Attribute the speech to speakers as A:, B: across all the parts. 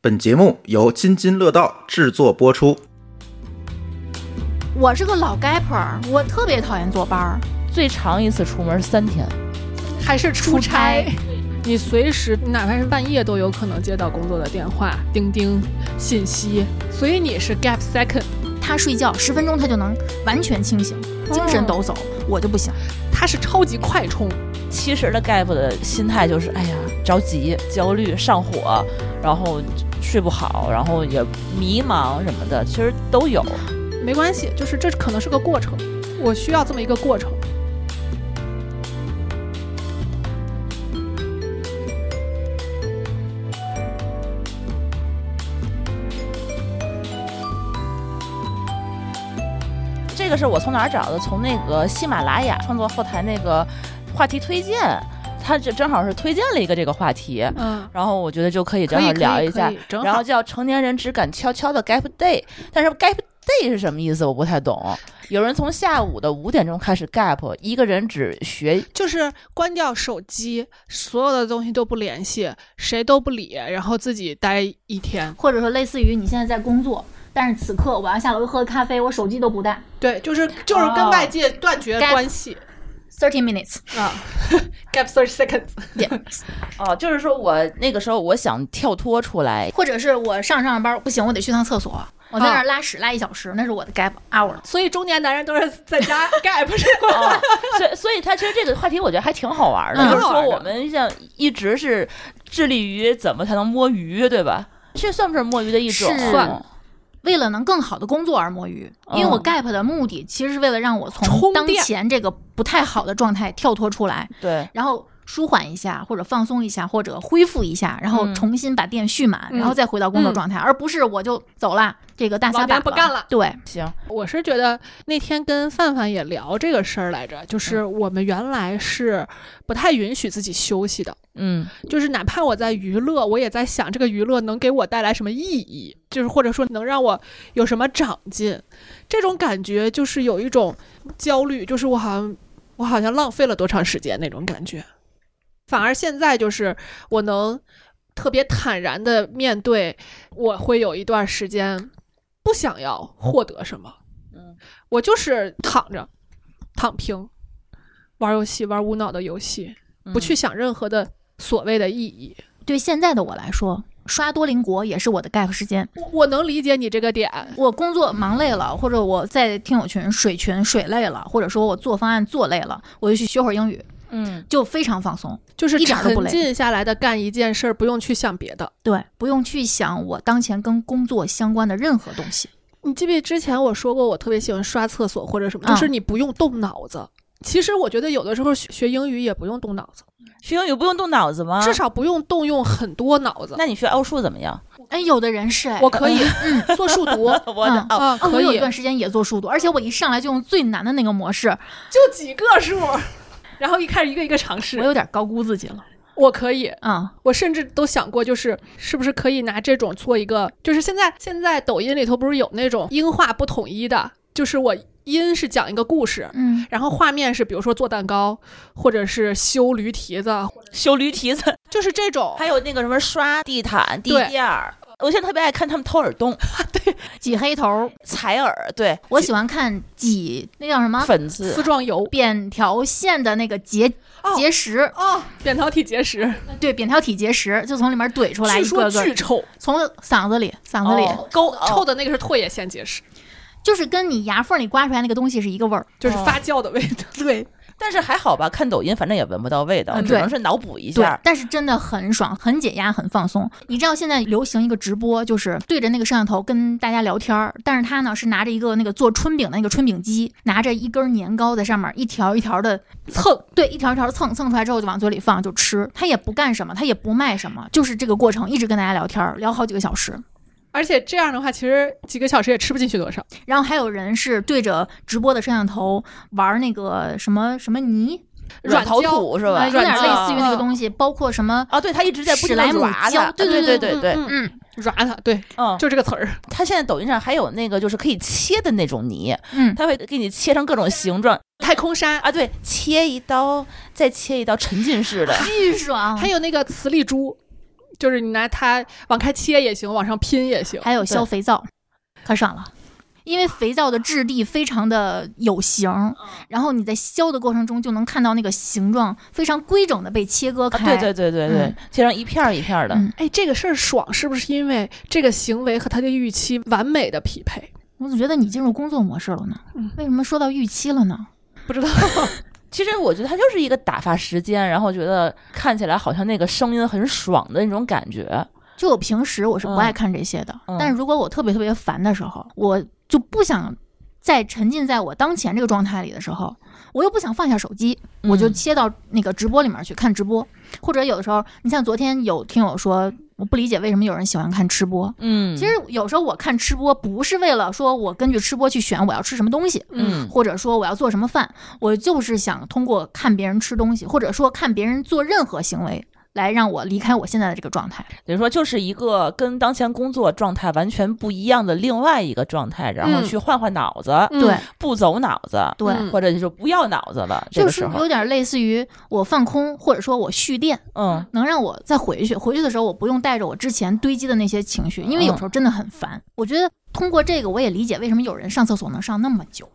A: 本节目由津津乐道制作播出。
B: 我是个老 gapper，我特别讨厌坐班儿，
C: 最长一次出门三天，
B: 还是出差。
D: 你随时哪怕是半夜都有可能接到工作的电话、钉钉信息，所以你是 gap second。
B: 他睡觉十分钟，他就能完全清醒，精神抖擞。我就不行，
D: 他是超级快充，
C: 其实的 gap 的心态就是，哎呀，着急、焦虑、上火，然后睡不好，然后也迷茫什么的，其实都有。
D: 没关系，就是这可能是个过程，我需要这么一个过程。
C: 这个是我从哪儿找的？从那个喜马拉雅创作后台那个话题推荐，它这正好是推荐了一个这个话题，
D: 嗯，
C: 然后我觉得就可以正
D: 可
C: 好
D: 以
C: 聊
D: 可以
C: 一下
D: 可以，正
C: 然后
D: 好
C: 叫成年人只敢悄悄的 gap day，但是 gap day 是什么意思？我不太懂。有人从下午的五点钟开始 gap，一个人只学
D: 就是关掉手机，所有的东西都不联系，谁都不理，然后自己待一天。
B: 或者说类似于你现在在工作，但是此刻我要下楼喝咖啡，我手机都不带。
D: 对，就是就是跟
B: 哦
D: 外界断绝
B: gap
D: 关系、
B: Thirty minutes，
D: 啊 ，gap thirty seconds。
C: 哦，就是说我那个时候我想跳脱出来，
B: 或者是我上上班不行，我得去趟厕所，我在
D: 啊
B: 那儿拉屎拉一小时，那是我的 gap hour。
D: 所以中年男人都是在家 gap 是吧？
C: 哦、所以所以他其实这个话题我觉得还挺好玩的，
B: 嗯
C: 就是
D: 挺好
C: 说
D: 玩的
C: 我们像一直是致力于怎么才能摸鱼，对吧？这算不算摸鱼的一种？
B: 是算为了能更好的工作而摸鱼，因为我
C: 嗯
B: gap 的目的其实是为了让我从
D: 充
B: 当
D: 电
B: 前这个不太好的状态跳脱出来，
C: 对，
B: 然后舒缓一下，或者放松一下，或者恢复一下，然后
C: 嗯
B: 重新把电续满，
D: 嗯
B: 然后再回到工作状态，而不是我就走了，这个大撒
D: 往
B: 把
D: 年不干了
B: 对，
C: 行，
D: 我是觉得那天跟范范也聊这个事儿来着，就是我们原来是不太允许自己休息的，
C: 嗯，
D: 就是哪怕我在娱乐，我也在想这个娱乐能给我带来什么意义，就是或者说能让我有什么长进，这种感觉就是有一种焦虑，就是我好像我好像浪费了多长时间那种感觉。反而现在就是我能特别坦然的面对，我会有一段时间不想要获得什么，
C: 嗯，
D: 我就是躺着，躺平，玩游戏，玩无脑的游戏，
B: 嗯
D: 不去想任何的所谓的意义。
B: 对现在的我来说，刷多邻国也是我的 gap 时间。
D: 我我能理解你这个点，
B: 我工作忙累了，或者我在听友群水群水累了，或者说我做方案做累了，我就去学会儿英语，
C: 嗯，
B: 就非常放松。
D: 就是
B: 一点都不
D: 沉
B: 累
D: 浸下来的干一件事儿，不用去想别的。
B: 对，不用去想我当前跟工作相关的任何东西。
D: 你记不记得之前我说过，我特别喜欢刷厕所或者什么，
B: 嗯
D: 就是你不用动脑子。其实我觉得有的时候学学英语也不用动脑子，
C: 学英语不用动脑子
B: 啊
C: 吗？
D: 至少不用动用很多脑子。
C: 那你学奥数怎么样？
B: 哎，有的人是哎，
D: 我可以嗯做数独
C: 我的、
B: 嗯
C: 哦，
D: 啊，
B: 啊我
D: 可
B: 有
D: 以
B: 一段时间也做数独，而且我一上来就用最难的那个模式，
D: 就几个数， 然后一开始一个一个尝试
B: 我。有点高估自己了。
D: 我可以，
B: 啊、
D: 我甚至都想过，就是是不是可以拿这种做一个，就是现在现在抖音里头不是有那种音画不统一的，就是我音是讲一个故事，
B: 嗯，
D: 然后画面是比如说做蛋糕，或者是修驴蹄子，
C: 修驴蹄子，
D: 就是这种。
C: 还有那个什么刷地毯、地
D: 对
C: 垫儿。我现在特别爱看他们掏耳洞、
B: 挤黑头，
C: 采耳，对
B: 我喜欢看挤那叫什么
C: 粉
D: 丝
C: 刺，
D: 状疣
B: 扁条线的那个结
D: 哦
B: 结石，
D: 哦，扁桃体结石，
B: 对，扁条体结石就从里面怼出来
D: 据
B: 一个
D: 说巨
B: 个，
D: 臭，
B: 从嗓子里嗓子里、
C: 哦勾
D: 臭
C: 哦
D: 的那个是唾液腺结石，
B: 就是跟你牙缝里刮出来那个东西是一个味儿。
D: 就是
C: 哦
D: 发酵的味道。对，
C: 但是还好吧，看抖音反正也闻不到味道，
B: 嗯
C: 只能
B: 对
C: 是脑补一
B: 对
C: 下，。
B: 但是真的很爽，很解压，很放松。你知道现在流行一个直播，就是对着那个摄像头跟大家聊天儿，但是他呢是拿着一个那个做春饼的那个春饼机，拿着一根年糕在上面一条一条的
D: 蹭，
B: 对，一条一条蹭蹭出来之后就往嘴里放就吃，他也不干什么，他也不卖什么，就是这个过程一直跟大家聊天儿，聊好几个小时。
D: 而且这样的话，其实几个小时也吃不进去多少。
B: 然后还有人是对着直播的摄像头玩那个什么什么泥，呃
C: 软
D: 软
C: 陶
D: 胶
C: 土是吧？
B: 有点
D: 胶
B: 类似于那个
D: 嗯
B: 东西，包括什么
C: 啊，对他一直在不停地
B: 史莱姆
C: 抓
B: 胶
C: 他，
B: 对对
C: 对对
D: 嗯
C: 对，
D: 嗯
B: 嗯，
D: 软它，对，
C: 嗯，
D: 就这个 词儿。
C: 他现在抖音上还有那个就是可以切的那种泥，
B: 嗯，
C: 他会给你切成各种形状
D: 太空沙，
C: 啊，对， 切一刀，再切一刀，沉浸式的，啊
B: 巨爽
D: 还。有那个磁力珠，就是你拿它往开切也行，往上拼也行。
B: 还有削肥皂，可爽了。因为肥皂的质地非常的有
C: 嗯
B: 形，然后你在削的过程中就能看到那个形状非常规整的被切割
C: 啊
B: 开。
C: 对对对对对
B: 嗯，
C: 切成一片儿一片儿的。
B: 嗯
D: 哎，这个事儿爽是不是因为这个行为和他的预期完美的匹配？
B: 我总觉得你进入工作模式了呢。
D: 嗯
B: 为什么说到预期了呢？
D: 不知道，
C: 其实我觉得它就是一个打发时间，然后觉得看起来好像那个声音很爽的那种感觉。
B: 就我平时我是不
C: 嗯
B: 爱看这些的，
C: 嗯
B: 但如果我特别特别烦的时候，我就不想再沉浸在我当前这个状态里的时候，我又不想放下手机，我就
C: 嗯
B: 切到那个直播里面去看直播，或者有的时候，你像昨天有听友说，我不理解为什么有人喜欢看吃播。
C: 嗯，
B: 其实有时候我看吃播不是为了说我根据吃播去选我要吃什么东西，
C: 嗯
B: 或者说我要做什么饭，我就是想通过看别人吃东西，或者说看别人做任何行为来让我离开我现在的这个状态。
C: 等于说就是一个跟当前工作状态完全不一样的另外一个状态，然后
D: 嗯
C: 去换换脑子，
B: 对
C: 不走脑子，
B: 对，
D: 嗯
C: 或者就不要脑子了。这
B: 就
C: 个
B: 是
C: 时
B: 有
C: 候，
B: 点类似于我放空，或者说我蓄电，
C: 嗯，
B: 能让我再回去。回去的时候，我不用带着我之前堆积的那些情绪，因为有时候真的很烦。我觉得通过这个，我也理解为什么有人上厕所能上那么久。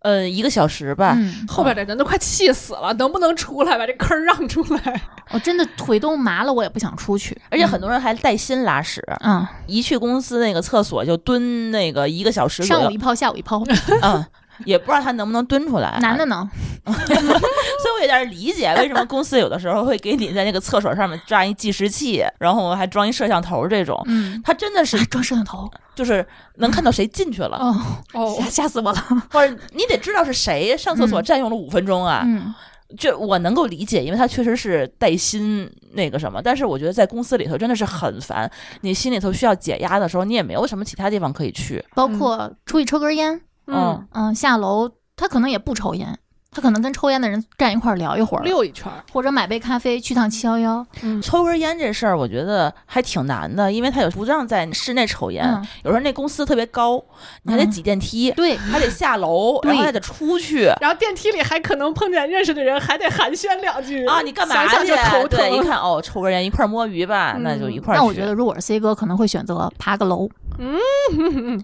C: 呃，一个小时吧。
B: 嗯，
D: 后边的人都快气死了，能不能出来把这坑儿让出来？
B: 我真的腿都麻了，我也不想出去。
C: 而且很多人还带薪拉屎，
B: 嗯，
C: 一去公司那个厕所就蹲那个一个小时左
B: 上午
C: 右
B: 一，泡，下午一 泡，
C: 嗯，也不知道他能不能蹲出来、啊
B: 男的，呢？
C: 所以我有点理解为什么公司有的时候会给你在那个厕所上面扎一计时器，然后还装一摄像头这种，
B: 嗯，
C: 他真的是
B: 还装摄像头
C: 就是能看到谁进去了，
B: 哦，
D: 哦
B: 吓吓死我了。
C: 或者你得知道是谁上厕所
B: 嗯
C: 占用了五分钟啊，
B: 嗯，
C: 这我能够理解，因为他确实是带薪那个什么，但是我觉得在公司里头真的是很烦，你心里头需要解压的时候，你也没有什么其他地方可以去，
B: 包括出去抽根烟，
C: 嗯
B: 嗯，下楼他可能也不抽烟，他可能跟抽烟的人站一块儿聊一会儿，
D: 溜一圈儿，
B: 或者买杯咖啡去趟七幺幺。
C: 抽根烟这事儿，我觉得还挺难的，因为他有不让在室内抽烟，
B: 嗯
C: 有时候那公司特别高，你还得挤电梯，
B: 对，
C: 还得下楼，
B: 对
C: 然后还得出去。
D: 然后电梯里还可能碰见认识的人，还得寒暄两句
C: 啊，你干嘛
D: 想
C: 去？
D: 想就头
C: 对，一
D: 疼。
C: 看哦，抽根烟，一块儿摸鱼吧，
D: 嗯
C: 那就一块儿去。
B: 那我觉得，如果是 C 哥，可能会选择爬个楼，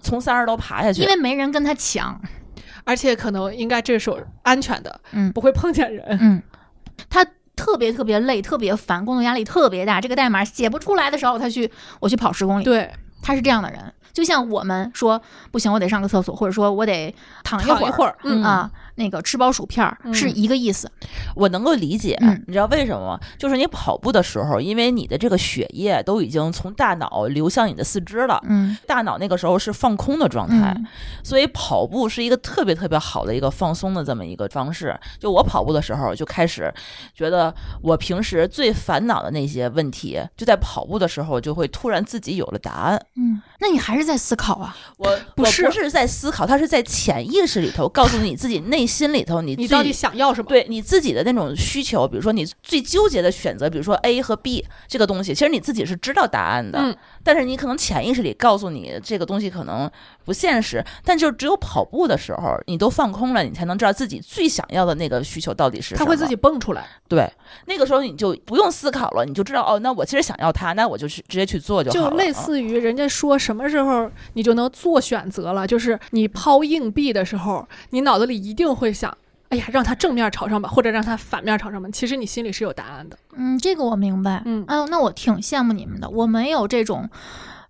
C: 从三十楼爬下去，
B: 因为没人跟他抢。
D: 而且可能应该这是安全的，
B: 嗯
D: 不会碰见人。
B: 嗯，他特别特别累，特别烦，工作压力特别大。这个代码写不出来的时候，他去我去跑十公里，
D: 对，
B: 他是这样的人。就像我们说不行，我得上个厕所，或者说我得躺一
D: 躺
B: 会
D: 一
B: 儿
D: 会儿，嗯
C: 嗯
B: 啊，那个吃包薯片儿、是一个意思。
C: 我能够理解，
B: 嗯
C: 你知道为什么吗？就是你跑步的时候，因为你的这个血液都已经从大脑流向你的四肢了，
B: 嗯
C: 大脑那个时候是放空的状态，
B: 嗯
C: 所以跑步是一个特别特别好的一个放松的这么一个方式。就我跑步的时候，就开始觉得我平时最烦恼的那些问题，就在跑步的时候就会突然自己有了答案。
B: 嗯，那你还是在思考啊？
C: 我
D: 不
C: 我
D: 是
C: 不是在思考，它是在潜意识里头告诉你自己内心里头你
D: 你
C: 最
D: 到底想要什么？
C: 对你自己的那种需求，比如说你最纠结的选择，比如说 A 和 B 这个东西，其实你自己是知道答案的，
D: 嗯
C: 但是你可能潜意识里告诉你这个东西可能不现实，但就只有跑步的时候，你都放空了，你才能知道自己最想要的那个需求到底是什
D: 他
C: 么。
D: 会自己蹦出来。
C: 对，那个时候你就不用思考了，你就知道哦，那我其实想要它，那我就去直接去做好
D: 就
C: 了。
D: 类似于人家说什么时候你就能做选择了，就是你抛硬币的时候，你脑子里一定会想，哎呀，让它正面朝上吧，或者让它反面朝上吧。其实你心里是有答案的。
B: 嗯，这个我明白。
D: 嗯
B: 哎呦，那我挺羡慕你们的，我没有这种，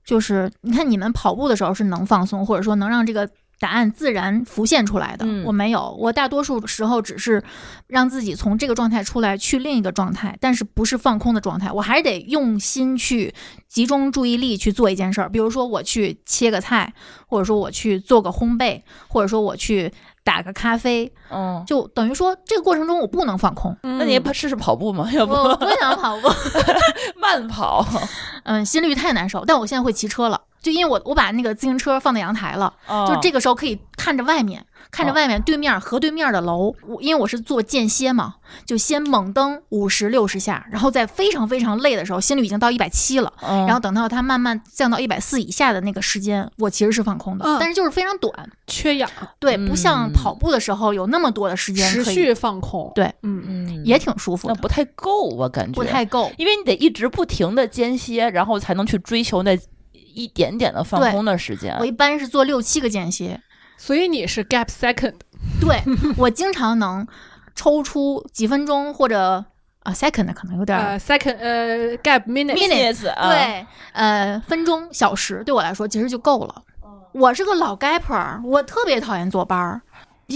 B: 就是你看你们跑步的时候是能放松，或者说能让这个答案自然浮现出来的，
C: 嗯
B: 我没有，我大多数时候只是让自己从这个状态出来去另一个状态，但是不是放空的状态，我还是得用心去集中注意力去做一件事儿，比如说我去切个菜，或者说我去做个烘焙，或者说我去打个咖啡，
C: 嗯，
B: 就等于说这个过程中我不能放空，
D: 那
C: 那你也试试跑 步嘛，要不
D: 哦
B: 我不想跑步。
C: 慢跑？
B: 嗯，心率太难受。但我现在会骑车了，就因为我我把那个自行车放在阳台了，就
C: 就
B: 这个时候可以看着外面，看着
C: 哦
B: 外面对面河对面的楼。我因为我是做间歇嘛，就先猛蹬五十六十下，然后在非常非常累的时候，心率已经到一百七了。
C: 嗯、
B: 然后等到它慢慢降到一百四以下的那个时间，我其实是放空的，
D: 嗯
B: 但是就是非常短，
D: 缺氧，
B: 对，不像
C: 哦嗯
B: 跑步的时候有那么多的时间
D: 持
B: 可以，
D: 续放空。
B: 对，
D: 嗯，
C: 嗯
B: 也挺舒服
C: 那
B: 的，
C: 不太够，我感觉
B: 不太够。
C: 因为你得一直不停的间歇，然后才能去追求那一点点的放空的时间
B: 我。一般是做六七个间歇，
D: 所以你是 gap second，
B: 对我经常能抽出几分钟或者啊 second 可能有点儿
D: 呃，second，呃，gap minute，
C: minutes 啊，，
B: 对，呃，分钟、小时对我来说其实就够了。我是个老 gapper，我特别讨厌坐班儿。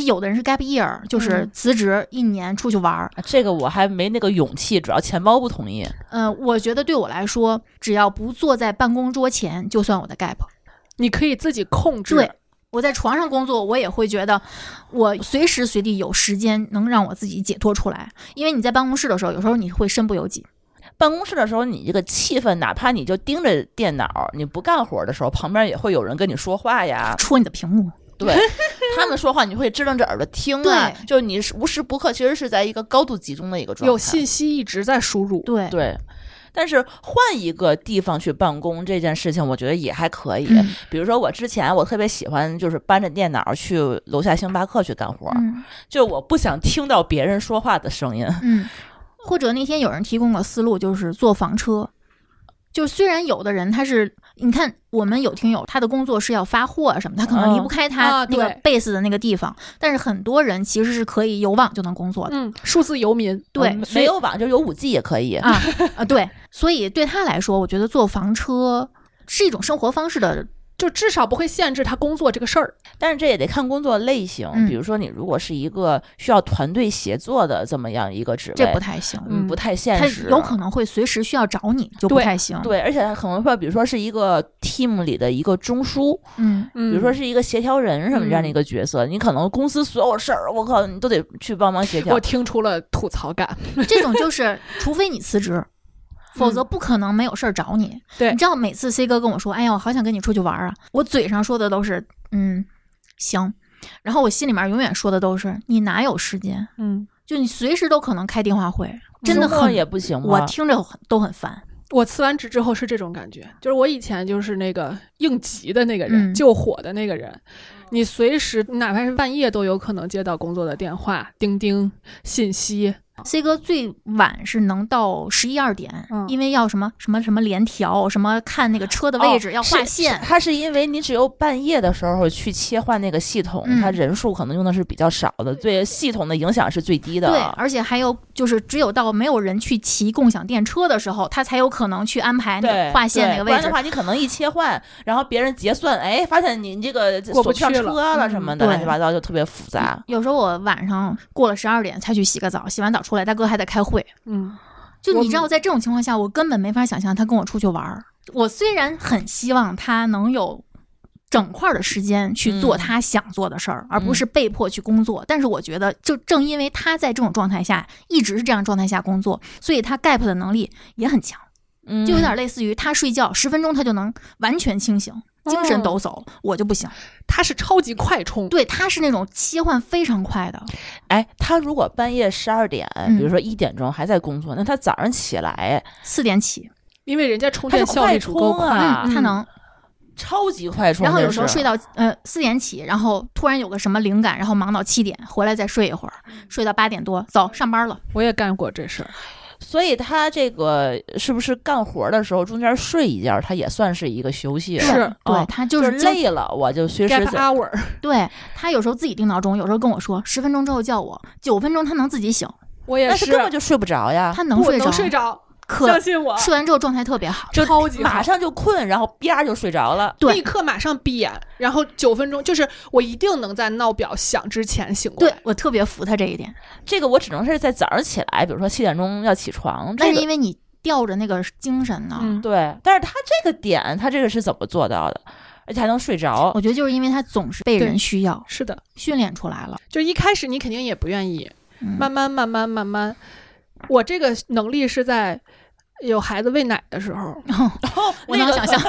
B: 有的人是 gap year，就是
D: 嗯
B: 辞职一年出去玩儿。
C: 这个我还没那个勇气，主要钱包不同意。
B: 嗯、我觉得对我来说，只要不坐在办公桌前，就算我的 gap。
D: 你可以自己控制。
B: 对，我在床上工作，我也会觉得我随时随地有时间能让我自己解脱出来。因为你在办公室的时候，有时候你会身不由己。
C: 办公室的时候，你这个气氛，哪怕你就盯着电脑，你不干活的时候，旁边也会有人跟你说话呀。
B: 戳你的屏幕，
C: 对他们说话，你会支棱着耳朵听啊，
B: 对
C: 就是你是无时不刻其实是在一个高度集中的一个状态。
D: 有信息一直在输入。
B: 对，
C: 对。但是换一个地方去办公这件事情，我觉得也还可以。
B: 嗯
C: 比如说，我之前我特别喜欢就是搬着电脑去楼下星巴克去干活，
B: 嗯
C: 就我不想听到别人说话的声音。
B: 嗯，或者那天有人提供了思路，就是坐房车。就虽然有的人他是，你看我们有听友，他的工作是要发货啊什么，他可能离
C: 嗯
B: 不开他
D: 啊
B: 那个
D: 对
B: base 的那个地方，但是很多人其实是可以有网就能工作的。
D: 嗯，数字游民，
B: 对
C: 嗯
B: 所
C: 没
B: 以
C: 有网就有五 G 也可以。
B: 啊啊，对，所以对他来说，我觉得坐房车是一种生活方式的，
D: 就至少不会限制他工作这个事儿。
C: 但是这也得看工作类型，
B: 嗯
C: 比如说你如果是一个需要团队协作的这么样一个职位，
B: 这不太行。
C: 嗯
D: 嗯
C: 不太
B: 他
C: 现实，
B: 有可能会随时需要找你，就不
D: 对
B: 太行。，
C: 对，而且他可能会比如说是一个 team 里的一个中枢，
B: 嗯，
D: 比
C: 比如说，是一个协调人什么这样的一个角色，你可能公司所有事儿，我靠，你都得去帮忙协调
D: 我。听出了吐槽感。
B: 这种就是，除非你辞职，否
C: 嗯
B: 则不可能没有事儿找你。
D: 对
B: 你知道每次 C 哥跟我说：“哎呀，我好想跟你出去玩儿啊！”我嘴上说的都是“嗯，行”，然后我心里面永远说的都是“你哪有时间
D: 嗯，？”
B: 就你随时都可能开电话会，真的
C: 周末
B: 很
C: 也啊不行吗？
B: 我听着很都很烦。
D: 我辞完职之后是这种感觉，就是我以前就是那个应急的那个人，
B: 嗯
D: 救火的那个
C: 哦
D: 人。你随时，哪怕是半夜，都有可能接到工作的电话、钉钉信息。
B: C 哥最晚是能到十一二点，
D: 嗯
B: 因为要什么什么什么联调，什么看那个车的位置、
C: 哦
B: 要画
C: 是
B: 线
C: 是。它是因为你只有半夜的时候去切换那个系统，
B: 嗯
C: 它人数可能用的是比较少的，对系统的影响是最低的。啊
B: 对，而且还有就是，只有到没有人去骑共享电车的时候，他才有可能去安排那
C: 对
B: 个划线那
C: 对
B: 个
C: 不
B: 位
C: 然
B: 置
C: 的。话，你嗯可能一切换，然后别人结算，哎，发现你这个
D: 过不
C: 锁上
D: 去
C: 车
D: 了
C: 了
D: 嗯
C: 什么的，
B: 对
C: 乱七八糟就特别复杂。
B: 有时候我晚上过了十二点才去洗个澡，洗完澡出来，大哥还在开会。
C: 哦
D: 嗯，
B: 就
D: 我
B: 你知道，在这种情况下，我根本没法想象他跟我出去玩儿。我虽然很希望他能有整块儿的时间去做
C: 嗯
B: 他想做的事儿，而不是被迫去工作，但是我觉得，就正因为他在这种状态下一直是这样状态下工作，所以他 gap 的能力也很强，
C: 嗯，
B: 就有点类似于他睡觉十分钟他就能完全清醒。精神抖擞，我就不行。
D: 他是超级快充，
B: 对，他是那种切换非常快的，
C: 哎，他如果半夜十二点，
B: 嗯
C: 比如说一点钟还在工作，那他早上起来
B: 四点起，
D: 因为人家充
C: 他
D: 电
C: 是
D: 效
C: 快
D: 率足够
C: 充
D: 快。
C: 啊，
B: 嗯，他能
C: 超级快充。
B: 然后有时候
C: 这是
B: 睡到呃四点起，然后突然有个什么灵感，然后忙到七点，回来再睡一会儿，睡到八点多，走上班了。
D: 我也干过这事儿，
C: 所以他这个呃是不是干活的时候中间睡一觉，他也算是一个休息？
D: 是
B: 对对，
C: 哦
B: 他
C: 就
B: 就是经，
C: 累了，我就随
D: gap
C: 时
D: hour，
B: 对他有时候自己定闹钟，有时候跟我说十分钟之后叫我，九分钟他能自己醒，
D: 我也
C: 但是根本就睡不着呀
B: 他，能
D: 不
B: 睡着，
D: 能睡着，
B: 可
D: 相信我，
B: 睡完之后状态特别好。
C: 就
D: 超级好
C: 马上就困，然后啪就睡着了。
B: 对
D: 立刻马上闭眼，然后九分钟，就是我一定能在闹表响之前醒过
B: 对
D: 来。
B: 我特别服他这一点，
C: 这个我只能是在早上起来，比如说七点钟要起床，
B: 但
C: 这
B: 是
C: 个
B: 因为你吊着那个精神呢，
D: 嗯，
C: 对。但是他这个点，他这个是怎么做到的？而且还能睡着
B: 我？觉得就是因为他总是被
D: 对
B: 人需要，
D: 是的，
B: 训练出来了。
D: 就一开始你肯定也不愿意，
B: 嗯
D: 慢慢慢慢慢慢，我这个能力是在有孩子喂奶的时候，
B: 哦 我能想象，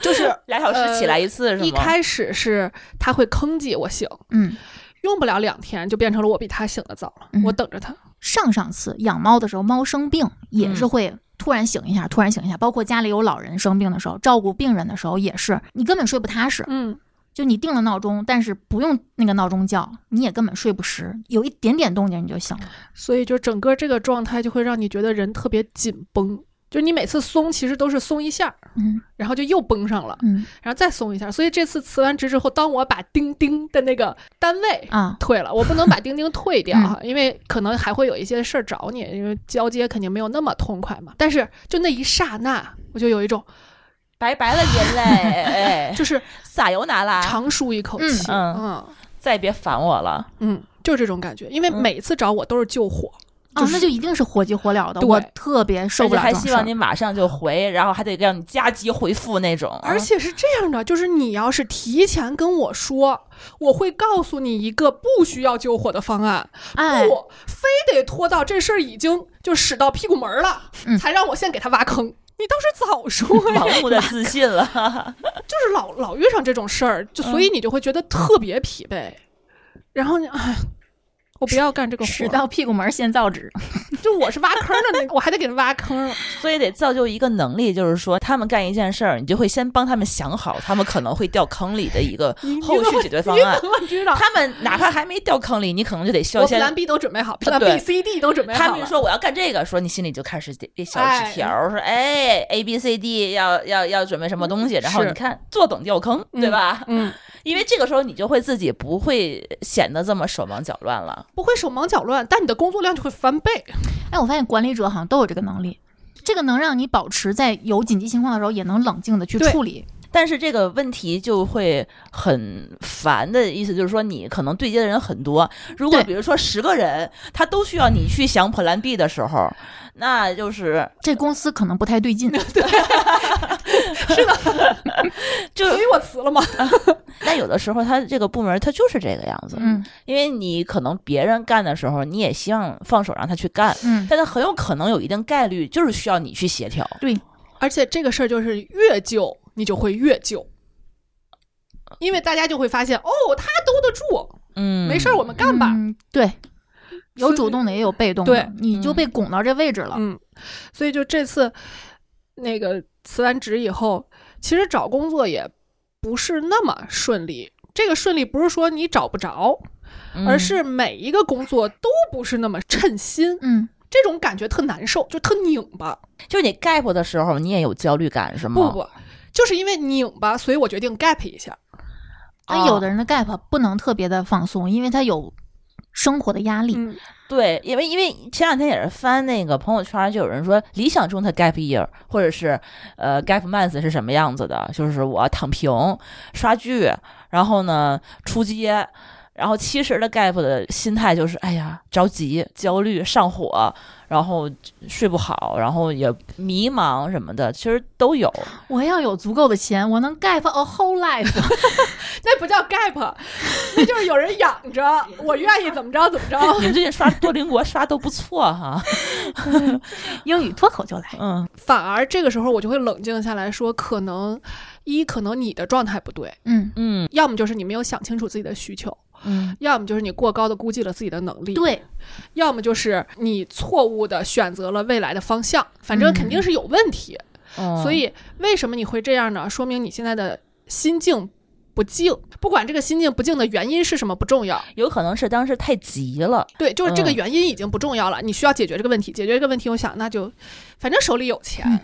B: 就
D: 就是
C: 俩小时起来
B: 呃
C: 一次是吗？
D: 一开始是他会吭叽我醒，
B: 嗯，
D: 用不了两天就变成了我比他醒的早了，
B: 嗯
D: 我等着他。
B: 上上次养猫的时候，猫生病也是
C: 嗯
B: 会突然醒一下，突然醒一下。包括家里有老人生病的时候，照顾病人的时候也是，你根本睡不踏实。
D: 嗯，
B: 就你定了闹钟，但是不用那个闹钟叫，你也根本睡不实，有一点点动静你就醒了。
D: 所以就整个这个状态就会让你觉得人特别紧绷，就你每次松其实都是松一下儿，
B: 嗯
D: 然后就又绷上了，
B: 嗯
D: 然后再松一下儿。所以这次辞完职之后，当我把钉钉的那个单位
B: 啊，
D: 退了，我不能把钉钉退掉
B: 嗯
D: 啊，因为可能还会有一些事儿找你，因为交接肯定没有那么痛快嘛。但是就那一刹那，我就有一种
C: 拜拜了，人类， 哎，
D: 就是
C: 撒油拿啦，
D: 长舒一口
B: 嗯
D: 气，
C: 嗯
D: 嗯
C: 再也别烦我了。
D: 嗯，就是这种感觉，因为
C: 嗯啊
D: 每次找我都是救火，
B: 哦，那就一定是火急火燎的，
D: 对
B: 我特别受不了
C: 而且
B: 这
C: 还
B: 种
C: 希
B: 事儿
C: 望你马上就回，然后还得让你加急回复那种。
D: 而且是这样的，就是你要是提前跟我说，我会告诉你一个不需要救火的方案，
B: 哎，
D: 不，非得拖到这事儿已经就使到屁股门儿了，
B: 嗯
D: 才让我先给他挖坑。你倒是早说呀！
C: 盲目的自信了，
D: 就是老老遇上这种事儿，就所以你就会觉得特别疲惫，然后你哎，我不要干这个活
B: 使
D: 儿，
B: 到屁股门儿现造纸。
D: 就我是挖坑儿的那个，我还得给他挖坑儿。
C: 所以得造就一个能力，就是说他们干一件事儿，你就会先帮他们想好，他们可能会掉坑里的一个
D: 你你
C: 后
D: 怎
C: 续
D: 么
C: 解决方
D: 你
C: 案。
D: 怎么知道？
C: 他们哪怕还没掉坑里，你可能就得需要
D: 我
C: 先
D: plan B 都准备好，plan
C: 对
D: B、C、D 都准备好
C: 他
D: 了。
C: 们就说我要干这个，说你心里就开始列小
D: 哎
C: 纸条儿，说哎 A B C D 要要要准备什么东西，然后
D: 是
C: 你看坐等掉坑，对吧？
D: 嗯，
C: 因为这个时候你就会自己不会显得这么手忙脚乱了。
D: 不会手忙脚乱，但你的工作量就会翻倍。
B: 哎，我发现管理者好像都有这个能力，这个能让你保持在有紧急情况的时候也能冷静的去
D: 对
B: 处理。
C: 但是这个问题就会很烦的意思，就是说你可能对接的人很多。如果
B: 对
C: 比如说十个人，他都需要你去想 Plan B 的时候，那就是
B: 这公司可能不太对劲，
C: 就
D: 所以我辞了嘛。
C: 那有的时候他这个部门他就是这个样子，
B: 嗯
C: 因为你可能别人干的时候，你也希望放手让他去干，
B: 嗯，
C: 但他很有可能有一定概率就是需要你去协调。
B: 对，
D: 而且这个事儿就是越救你就会越救，因为大家就会发现哦，他兜得住，
C: 嗯，
D: 没事儿，我们干吧。
B: 嗯对，有主动的也有被动的，
D: 对
B: 你就被拱到这位置了。
D: 嗯，所以就这次那个辞完职以后，其实找工作也不是那么顺利。这个顺利不是说你找不着，
C: 嗯
D: 而是每一个工作都不是那么 称心，
B: 嗯，
D: 这种感觉特难受，就特拧巴。
C: 就是你 gap 的时候，你也有焦虑感是吗？
D: 不，不，就是因为拧巴，所以我决定 gap 一下。
B: 但
D: 啊
B: 有的人的 gap 不能特别的放松，因为他有生活的压力。
D: 嗯，
C: 对，因为因为前两天也是翻那个朋友圈，就有人说理想中的 gap year 或者是呃 gap month 是什么样子的，就是我躺平刷剧，然后呢出街，然后其实的 gap 的心态就是哎呀着急、焦虑、上火，然后睡不好，然后也迷茫什么的，其实都有。
B: 我要有足够的钱，我能 gap a whole life。
D: 那不叫 gap，那 就是有人养着，我愿意怎么着怎么着。
C: 你们最近刷多邻国刷都不错哈，
B: 英语脱口就来。
C: 嗯
D: 反而这个时候我就会冷静下来说，可能一可能你的状态不对，
B: 嗯，
C: 嗯
D: 要么就是你没有想清楚自己的需求，
C: 嗯，
D: 要么就是你过高的估计了自己的能力，，
B: 对，
D: 要么就是你错误的选择了未来的方向，反正肯定是有问题。
C: 嗯
D: 所以为什么你会这样呢？说明你现在的心境。不静，不管这个心境不静的原因是什么不重要，
C: 有可能是当时太急了。
D: 对，就是这个
C: 嗯
D: 原因已经不重要了，你需要解决这个问题。解决这个问题，我想那就，反正手里有钱，
B: 嗯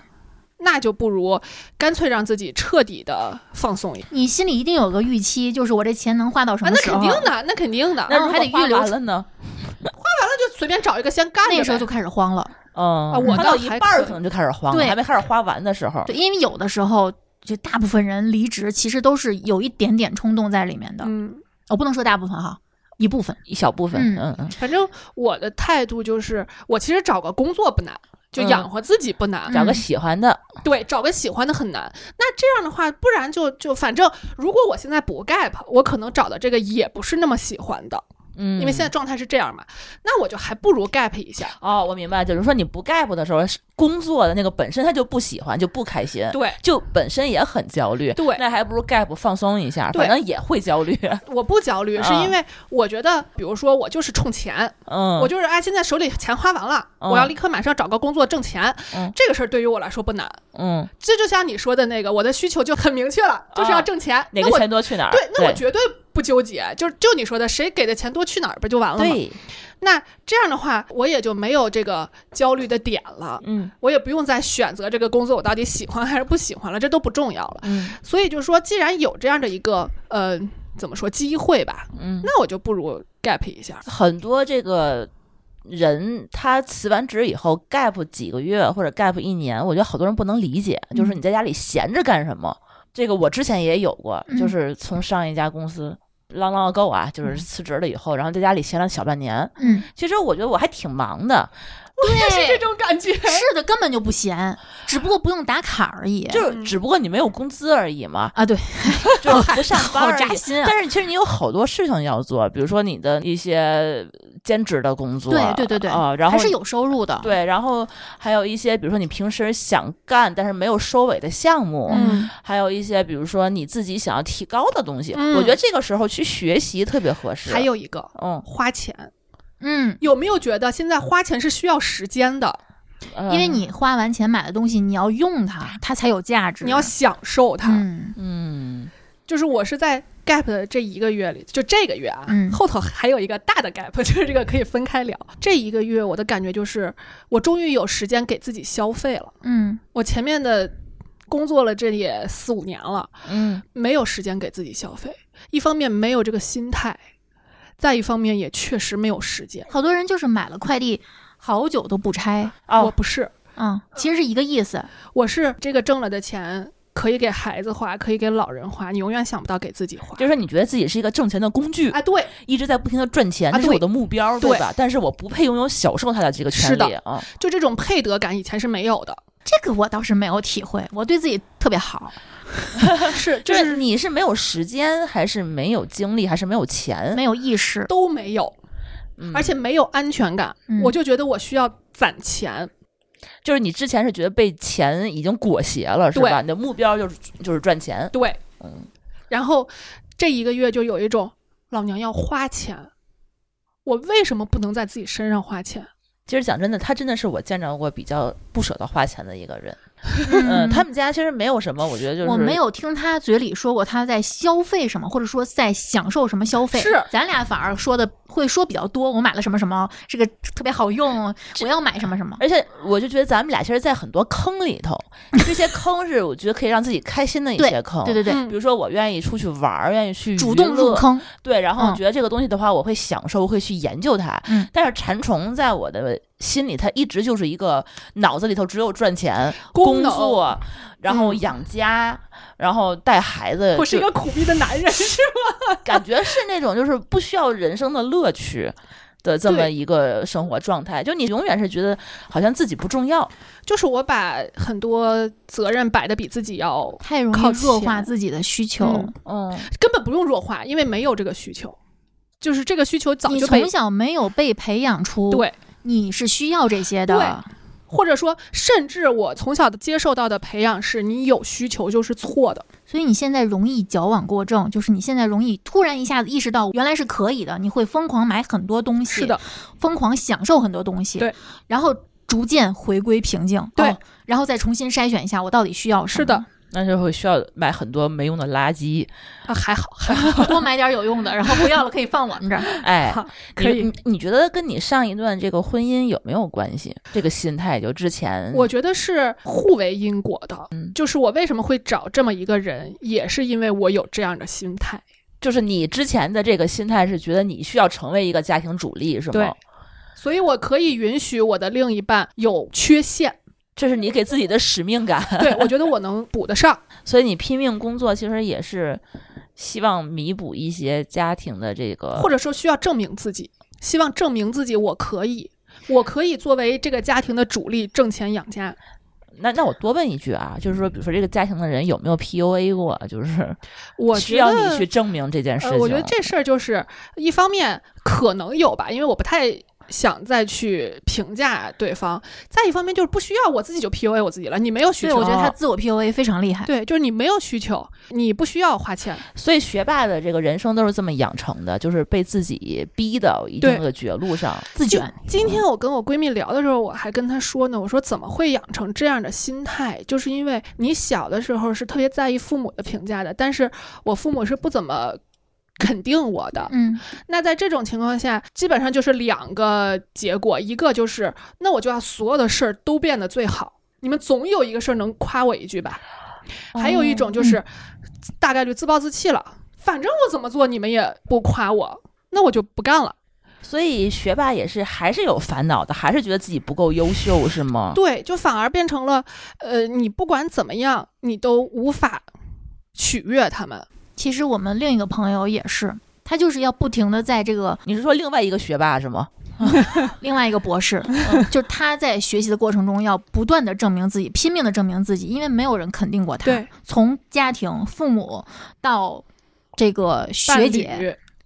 D: 那就不如干脆让自己彻底的放松一下。
B: 你心里一定有个预期，就是我这钱能花到什
D: 啊，
B: 么
D: 那
B: 时候？
D: 肯定的，那肯定的，
C: 那
B: 哦
D: 那
C: 如果
B: 还得
C: 花
B: 预留
C: 完了呢？
D: 就随便找一个先干着呗。
B: 那时候就开始慌了。
C: 嗯，
D: 啊我
C: 花
D: 倒
C: 到一
D: 还
C: 半儿
D: 可以
C: 可能就开始慌了，
B: 对
C: 还没开始花完的时候。
B: 对，因为有的时候就大部分人离职其实都是有一点点冲动在里面的。
D: 嗯，
B: 我不能说大部分哈，一部分。
C: 一小部分，
B: 嗯
C: 嗯嗯，
D: 反正我的态度就是，我其实找个工作不难，就
C: 嗯
D: 养活自己不难。
C: 找个
B: 嗯
C: 喜欢的，
D: 对，找个喜欢的很难。那这样的话，不然就就反正，如果我现在不 gap，我可能找的这个也不是那么喜欢的。
C: 嗯，
D: 因为现在状态是这样嘛，那我就还不如 gap 一下。
C: 哦，我明白，就是说你不 gap 的时候，是工作的那个本身他就不喜欢，就不开心，
D: 对，
C: 就本身也很焦虑，
D: 对
C: 那还不如 gap 放松一下，
D: 对
C: 反正也会焦虑，
D: 我不焦虑，是
C: 啊
D: 因为我觉得，比如说我就是冲钱，
C: 嗯，
D: 我就是哎，现在手里钱花完了，
C: 嗯
D: 我要立刻马上找个工作挣钱，
C: 嗯
D: 这个事儿对于我来说不难。
C: 嗯，
D: 这就像你说的那个，我的需求就很明确了，就是要挣钱。
C: 啊哪
D: 那
C: 个
D: 我
C: 钱多去哪儿，
D: 对，那我绝对不纠结，就是就你说的，谁给的钱多去哪儿不就完了吗？
C: 对，
D: 那这样的话，我也就没有这个焦虑的点了，
C: 嗯
D: 我也不用再选择这个工作我到底喜欢还是不喜欢了，这都不重要了。
C: 嗯
D: 所以就是说，既然有这样的一个呃，怎么说机会吧，
C: 嗯，
D: 那我就不如 gap 一下。
C: 很多这个人他辞完职以后 gap 几个月或者 gap 一年，我觉得好多人不能理解，
B: 嗯
C: 就是你在家里闲着干什么？这个我之前也有过，
B: 嗯
C: 就是从上一家公司。浪浪够啊，就是辞职了以后，然后在家里闲了小半年。
B: 嗯，
C: 其实我觉得我还挺忙的，
D: 就是这种感觉。
B: 是的，根本就不闲，只不过不用打卡而已。
C: 就是只不过你没有工资而 已嘛，
B: 啊，对，
C: 就是不上班
B: 好
C: 而已。
B: 扎心啊！
C: 但是其实你有好多事情要做，比如说你的一些兼职的工作，
B: 对对对对
C: 啊、然后
B: 还是有收入的。
C: 对，然后还有一些，比如说你平时想干但是没有收尾的项目，
B: 嗯，
C: 还有一些，比如说你自己想要提高的东西，
D: 嗯
C: 我觉得这个时候去学习特别合适。
D: 还，有一个
C: 嗯，
D: 花钱，
B: 嗯，
D: 有没有觉得现在花钱是需要时间的？
C: 呃
B: 嗯因为，你花完钱买的东西，你要用它，它才有价值。
D: 你要享受它。
B: 嗯，
C: 嗯，
D: 就是我是在 gap 的这一个月里，就这个月啊，
B: 嗯
D: 后头还有一个大的 gap，就是 这个可以分开聊。这一个月我的感觉就是，我终于有时间给自己消费了。
B: 嗯
D: 我前面的工作了这也四五年了，
C: 嗯，
D: 没有时间给自己消费。一方面没有这个心态，再一方面也确实没有时间。
B: 好多人就是买了快递，好久都不拆。
D: 我
C: 哦，
D: 不是，
B: 嗯，其实是一个意思。
D: 我是这个挣了的钱可以给孩子花，可以给老人花，你永远想不到给自己花。
C: 就是说你觉得自己是一个挣钱的工具，
D: 啊，对，
C: 一直在不停的赚钱，
D: 啊
C: 这是
D: 对
C: 我的目标，
D: 对
C: 吧？但是我不配拥有享受它的这个权
D: 是的
C: 利啊。
D: 就这种配得感以前是没有 的，
B: 这个我倒是没有体会，我对自己特别好。
D: 是
C: 就
D: 就是是
C: 你是没有时间，还是没有精力，还是没有钱？
B: 没有意识，
D: 都没有，
C: 嗯
D: 而且没有安全感，
B: 嗯
D: 我就觉得我需要攒钱，
C: 就是你之前是觉得被钱已经裹挟了，是吧？
D: 对
C: 你的目标就是就是赚钱，
D: 对，
C: 嗯
D: 然后这一个月就有一种老娘要花钱，我为什么不能在自己身上花钱？
C: 其实讲真的，他真的是我见着过比较不舍得花钱的一个人。嗯，
B: 嗯
C: 他们家其实没有什么，我觉得就是
B: 我没有听他嘴里说过他在消费什么，或者说在享受什么消费。
D: 是
B: 咱俩反而说的会说比较多。我买了什么什么，这个特别好用，我要买什么什么。
C: 而且我就觉得咱们俩其实，在很多坑里头，这些坑是我觉得可以让自己开心的一些坑。
B: 对对对，
D: 嗯
C: 比如说我愿意出去玩儿，愿意去
B: 主
C: 哦娱
B: 动入
C: 乐
B: 坑。
C: 对，然后
B: 嗯
C: 觉得这个东西的话，我会享受，会去研究它。
B: 嗯
C: 但是馋虫在我的心里，它一直就是一个脑子里头只有赚钱、
D: 功
C: 工
D: 能
C: 作，然后
D: 嗯
C: 养家，然后带孩子，
D: 我是一
C: 就
D: 个苦逼的男 人，是吗？
C: 感觉是那种就是不需要人生的乐趣。的这么
D: 对
C: 一个生活状态，就你永远是觉得好像自己不重要，
D: 就是我把很多责任摆的比自己要
B: 太容
D: 靠
B: 易弱
D: 钱
B: 化自己的需求。
D: 嗯
C: 嗯，
D: 根本不用弱化，因为没有这个需求，就是这个需求早
B: 你
D: 就被
B: 从小没有被培养出，
D: 对，
B: 你是需要这些的。
D: 或者说，甚至我从小的接受到的培养是，你有需求就是错的。
B: 所以你现在容易矫枉过正，就是你现在容易突然一下子意识到原来是可以的，你会疯狂买很多东西，
D: 是的，
B: 疯狂享受很多东西，
D: 对，
B: 然后逐渐回归平静，
D: 对
B: 哦然后再重新筛选一下我到底需要什么，
D: 是的，
C: 那就会需要买很多没用的垃圾，
D: 啊，还好，
B: 多买点有用的，然后不要了可以放我们这 儿。
C: 哎，你
D: 可以
C: 你你觉得跟你上一段这个婚姻有没有关系？这个心态就之前
D: 我觉得是互为因果的。
C: 嗯
D: 就是我为什么会找这么一个人，也是因为我有这样的心态。
C: 就是你之前的这个心态是觉得你需要成为一个家庭主力，是吗？
D: 对所以我可以允许我的另一半有 缺陷，
C: 这是你给自己的使命感，
D: 对我觉得我能补得上。
C: 所以你拼命工作，其实也是希望弥补一些家庭的这个，
D: 或者说需要证明自己，希望证明自己我可以，我可以作为这个家庭的主力挣钱养家。
C: 那那我多问一句啊，就是说，比如说这个家庭的人有没有 PUA 过？就是
D: 我
C: 需
D: 觉
C: 要
D: 得
C: 你去证明这件事情。
D: 呃，我觉得这事儿就是一方面可能有吧，因为我不太想再去评价对方；再一方面就是不需要，我自己就 PUA 我自己了。你没有需
B: 对，
D: 求，啊
B: 我觉得他自我 PUA 非常厉害。
D: 对，就是你没有需求，你不需要花钱。
C: 所以学霸的这个人生都是这么养成的，就是被自己逼到一定
D: 对
C: 的绝路上。
B: 自
D: 就
B: 卷，
D: 今天我跟我闺蜜聊的时候，我还跟她说呢，我说怎么会养成这样的心态，就是因为你小的时候是特别在意父母的评价的，但是我父母是不怎么肯定我的。
B: 嗯，
D: 那在这种情况下，基本上就是两个结果，一个就是那我就要所有的事儿都变得最好，你们总有一个事儿能夸我一句吧。
B: 哦
D: 还有一种
B: 嗯
D: 就是大概率自暴自弃了，反正我怎么做你们也不夸我，那我就不干了。
C: 所以学霸也是还是有烦恼的，还是觉得自己不够优秀，是吗？
D: 对，就反而变成了，呃，你不管怎么样，你都无法取悦他们。
B: 其实我们另一个朋友也是，他就是要不停的在这个
C: 你是说另外一个学霸是吗？
B: 另外一个博 士，嗯就是他在学习的过程中要不断的证明自己，拼命的证明自己，因为没有人肯定过他。，从家庭、父母到这个
D: 伴
B: 学姐、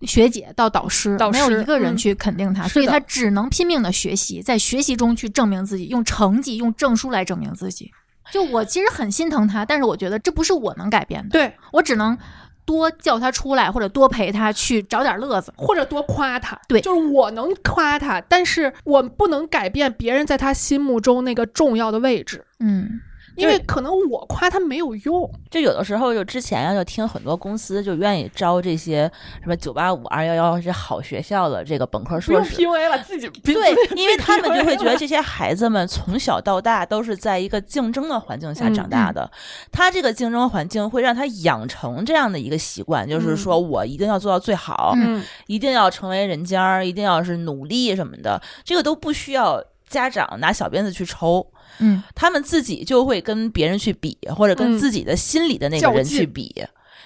D: 侣
B: 学姐到导师，
D: 导
B: 没有
D: 师
B: 一个人
D: 嗯
B: 去肯定他，
D: 是
B: 所以
D: 的
B: 他只能拼命的学习，在学习中去证明自己，用成绩、用证书来证明自己。就我其实很心疼他，但是我觉得这不是我能改变的，
D: 对，
B: 我只能多叫他出来，或者多陪他去找点乐子。
D: 或者多夸他。
B: 对
D: 就是我能夸他，但是我不能改变别人在他心目中那个重要的位置，
B: 嗯，
D: 因为
C: 对
D: 可能我夸他没有用。
C: 就有的时候就之前啊，就听很多公司就愿意招这些什么九八五、二幺幺这好学校的这个本科
D: 不
C: 硕
D: 用
C: 士。
D: PUA 了，自己
C: 对，因为他们就会觉得这些孩子们从小到大都是在一个竞争的环境下长大的，他这个竞争环境会让他养成这样的一个习惯，就是说我一定要做到最好，
B: 嗯
D: 嗯，
C: 一定要成为人家儿，一定要是努力什么的，这个都不需要家长拿小鞭子去抽，
B: 嗯，
C: 他们自己就会跟别人去比，或者跟
D: 嗯
C: 自己的心里的那个人
D: 较劲
C: 去比。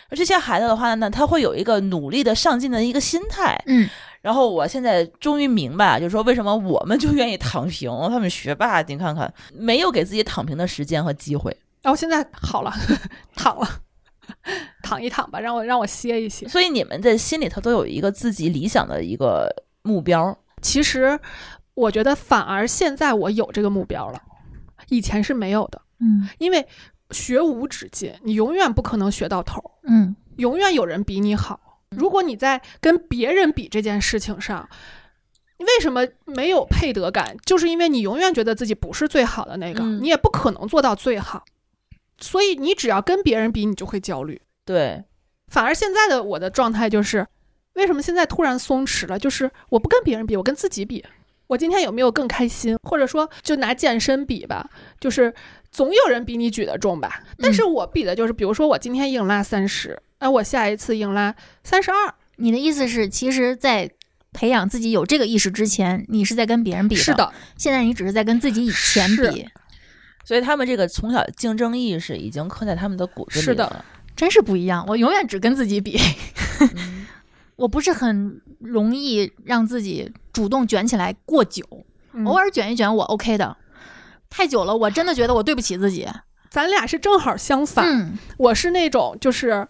C: 而这些孩子的话呢，他会有一个努力的上进的一个心态。
B: 嗯，
C: 然后我现在终于明白，就是说为什么我们就愿意躺平，他们学霸，你看看没有给自己躺平的时间和机会。
D: 然后现在好了，躺了， 躺一躺吧，让我让我歇一歇。
C: 所以你们在心里头都有一个自己理想的一个目标。
D: 其实我觉得反而现在我有这个目标了，以前是没有的，
B: 嗯，
D: 因为学无止境，你永远不可能学到头儿，
B: 嗯，
D: 永远有人比你好。如果你在跟别人比这件事情上，为什么没有配得感？就是因为你永远觉得自己不是最好的那个，
C: 嗯
D: 你也不可能做到最好，所以你只要跟别人比，你就会焦虑。
C: 对，
D: 反而现在的我的状态就是，为什么现在突然松弛了？就是我不跟别人比，我跟自己比。我今天有没有更开心？或者说，就拿健身比吧，就是总有人比你举得重吧。但是我比的就是，比如说我今天硬拉三十，哎，我下一次硬拉三十二。
B: 你的意思是，其实，在培养自己有这个意识之前，你是在跟别人比
D: 是的，
B: 现在你只是在跟自己以前比
D: 是，
C: 所以他们这个从小竞争意识已经刻在他们的骨子里
D: 是的
C: 了。
B: 真是不一样。我永远只跟自己比，
C: 嗯
B: 我不是很容易让自己主动卷起来过久，偶
D: 尔
B: 尔卷一卷我 OK 的。太久了，我真的觉得我对不起自己。
D: 咱俩是正好相反，
B: 嗯，
D: 我是那种就是，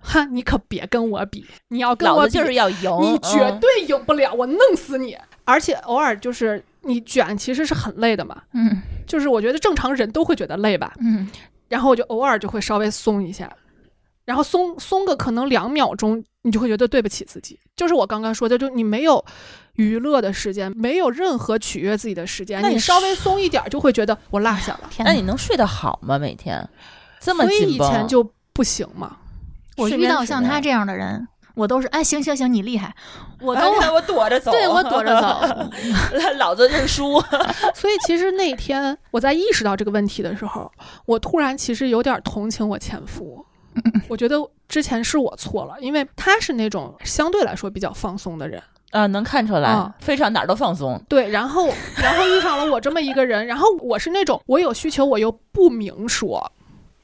D: 哈，你可别跟我比，你要跟
C: 老
D: 我
C: 子
D: 比
C: 就是要赢，
D: 你绝
C: 嗯
D: 对赢不了，我弄死你！而且偶尔就是你卷，其实是很累的嘛，
B: 嗯
D: 就是我觉得正常人都会觉得累吧，
B: 嗯，
D: 然后我就偶尔就会稍微松一下，然后松松个可能两秒钟，你就会觉得对不起自己。就是我刚刚说的，就你没有娱乐的时间，没有任何取悦自己的时间，
C: 那你
D: 你稍微松一点儿就会觉得我落下了，
B: 天哪！
C: 那你能睡得好吗？每天 这么
D: 所以
C: 紧
D: 以
C: 绷，
D: 前就不行嘛。
B: 我
C: 睡
B: 遇
C: 眠
B: 到
C: 质
B: 像他
C: 量
B: 这样的人，我都是哎，行行行，你 厉害，我都、
C: 哎我躲着走，
B: 对我躲着， 走。
C: 老子认输。
D: 嗯所以其实那天我在意识到这个问题的时候，我突然其实有点同情我前 夫，我觉得之前是我错了，因为他是那种相对来说比较放松的人，
C: 啊，能看出来
D: 嗯，
C: 非常哪儿都放松。
D: 对，然后然后遇上了我这么一个人，然后我是那种我有需求我又不明说，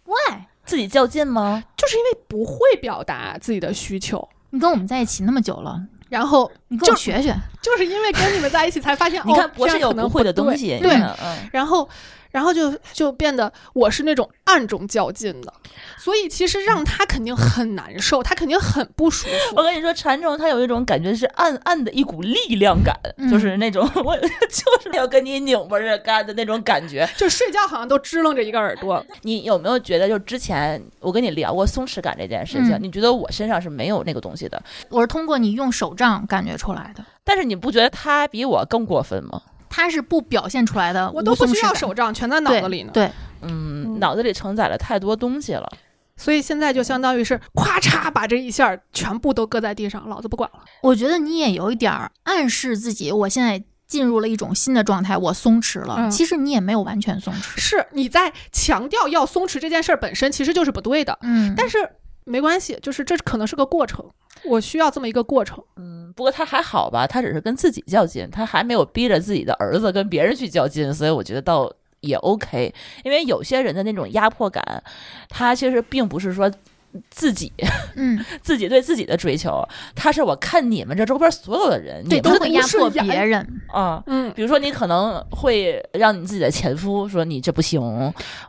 B: Why？
C: 自己较劲吗？
D: 就是因为不会表达自己的需求，
B: 你跟我们在一起那么久了，
D: 然后
B: 你跟我
D: 就
B: 学学。
D: 就是因为跟你们在一起才发现，
C: 你看
D: 哦，
C: 博
D: 这
C: 士
D: 样
C: 有
D: 可能
C: 不会的
D: 不
C: 东
D: 对
C: 西，
D: 对
C: 嗯，嗯
D: 然后然后就就变得我是那种暗中较劲的，所以其实让他肯定很难受，他肯定很不舒服
C: 我。跟你说，馋虫它有一种感觉是暗暗的一股力量感，
B: 嗯
C: 就是那种我 就是要跟你拧巴着干的那种感觉。
D: 就睡觉好像都支棱着一个耳朵，
C: 你有没有觉得，就之前我跟你聊过松弛感这件事情，
B: 嗯
C: 你觉得我身上是没有那个东西的，
B: 我是通过你用手杖感觉出来的，
C: 但是你不觉得他比我更过分吗？
B: 它是不表现出来
C: 呃
B: 的，
D: 我都不
B: 无松
D: 需要
B: 弛感
D: 手杖，全在脑
B: 对
D: 子里呢。
B: 对，
C: 嗯，
D: 嗯
C: 脑子里承载了太多东西了。
D: 所以现在就相当于是咵嚓把这一下儿全部都搁在地上，老子不管了。
B: 我觉得你也有一点儿暗示自己，我现在进入了一种新的状态，我松弛了。
D: 嗯
B: 其实你也没有完全松弛，
D: 是你在强调要松弛这件事儿本身其实就是不对的，
B: 嗯但
D: 但
B: 是
D: 是没关系，就是这可能是个过程，我需要这么一个过程。
C: 嗯，不过他还好吧，他只是跟自己较劲，他还没有逼着自己的儿子跟别人去较劲，所以我觉得倒也 OK。因为有些人的那种压迫感，他其实并不是说自己
B: 嗯，
C: 自己对自己的追求，他是我看你们这周边所有的人，
B: 对，
C: 你
B: 都
C: 们
B: 会压
D: 是
B: 迫
D: 人
B: 别人。
C: 啊。
D: 嗯，
C: 比如说，你可能会让你自己的前夫说你这不行，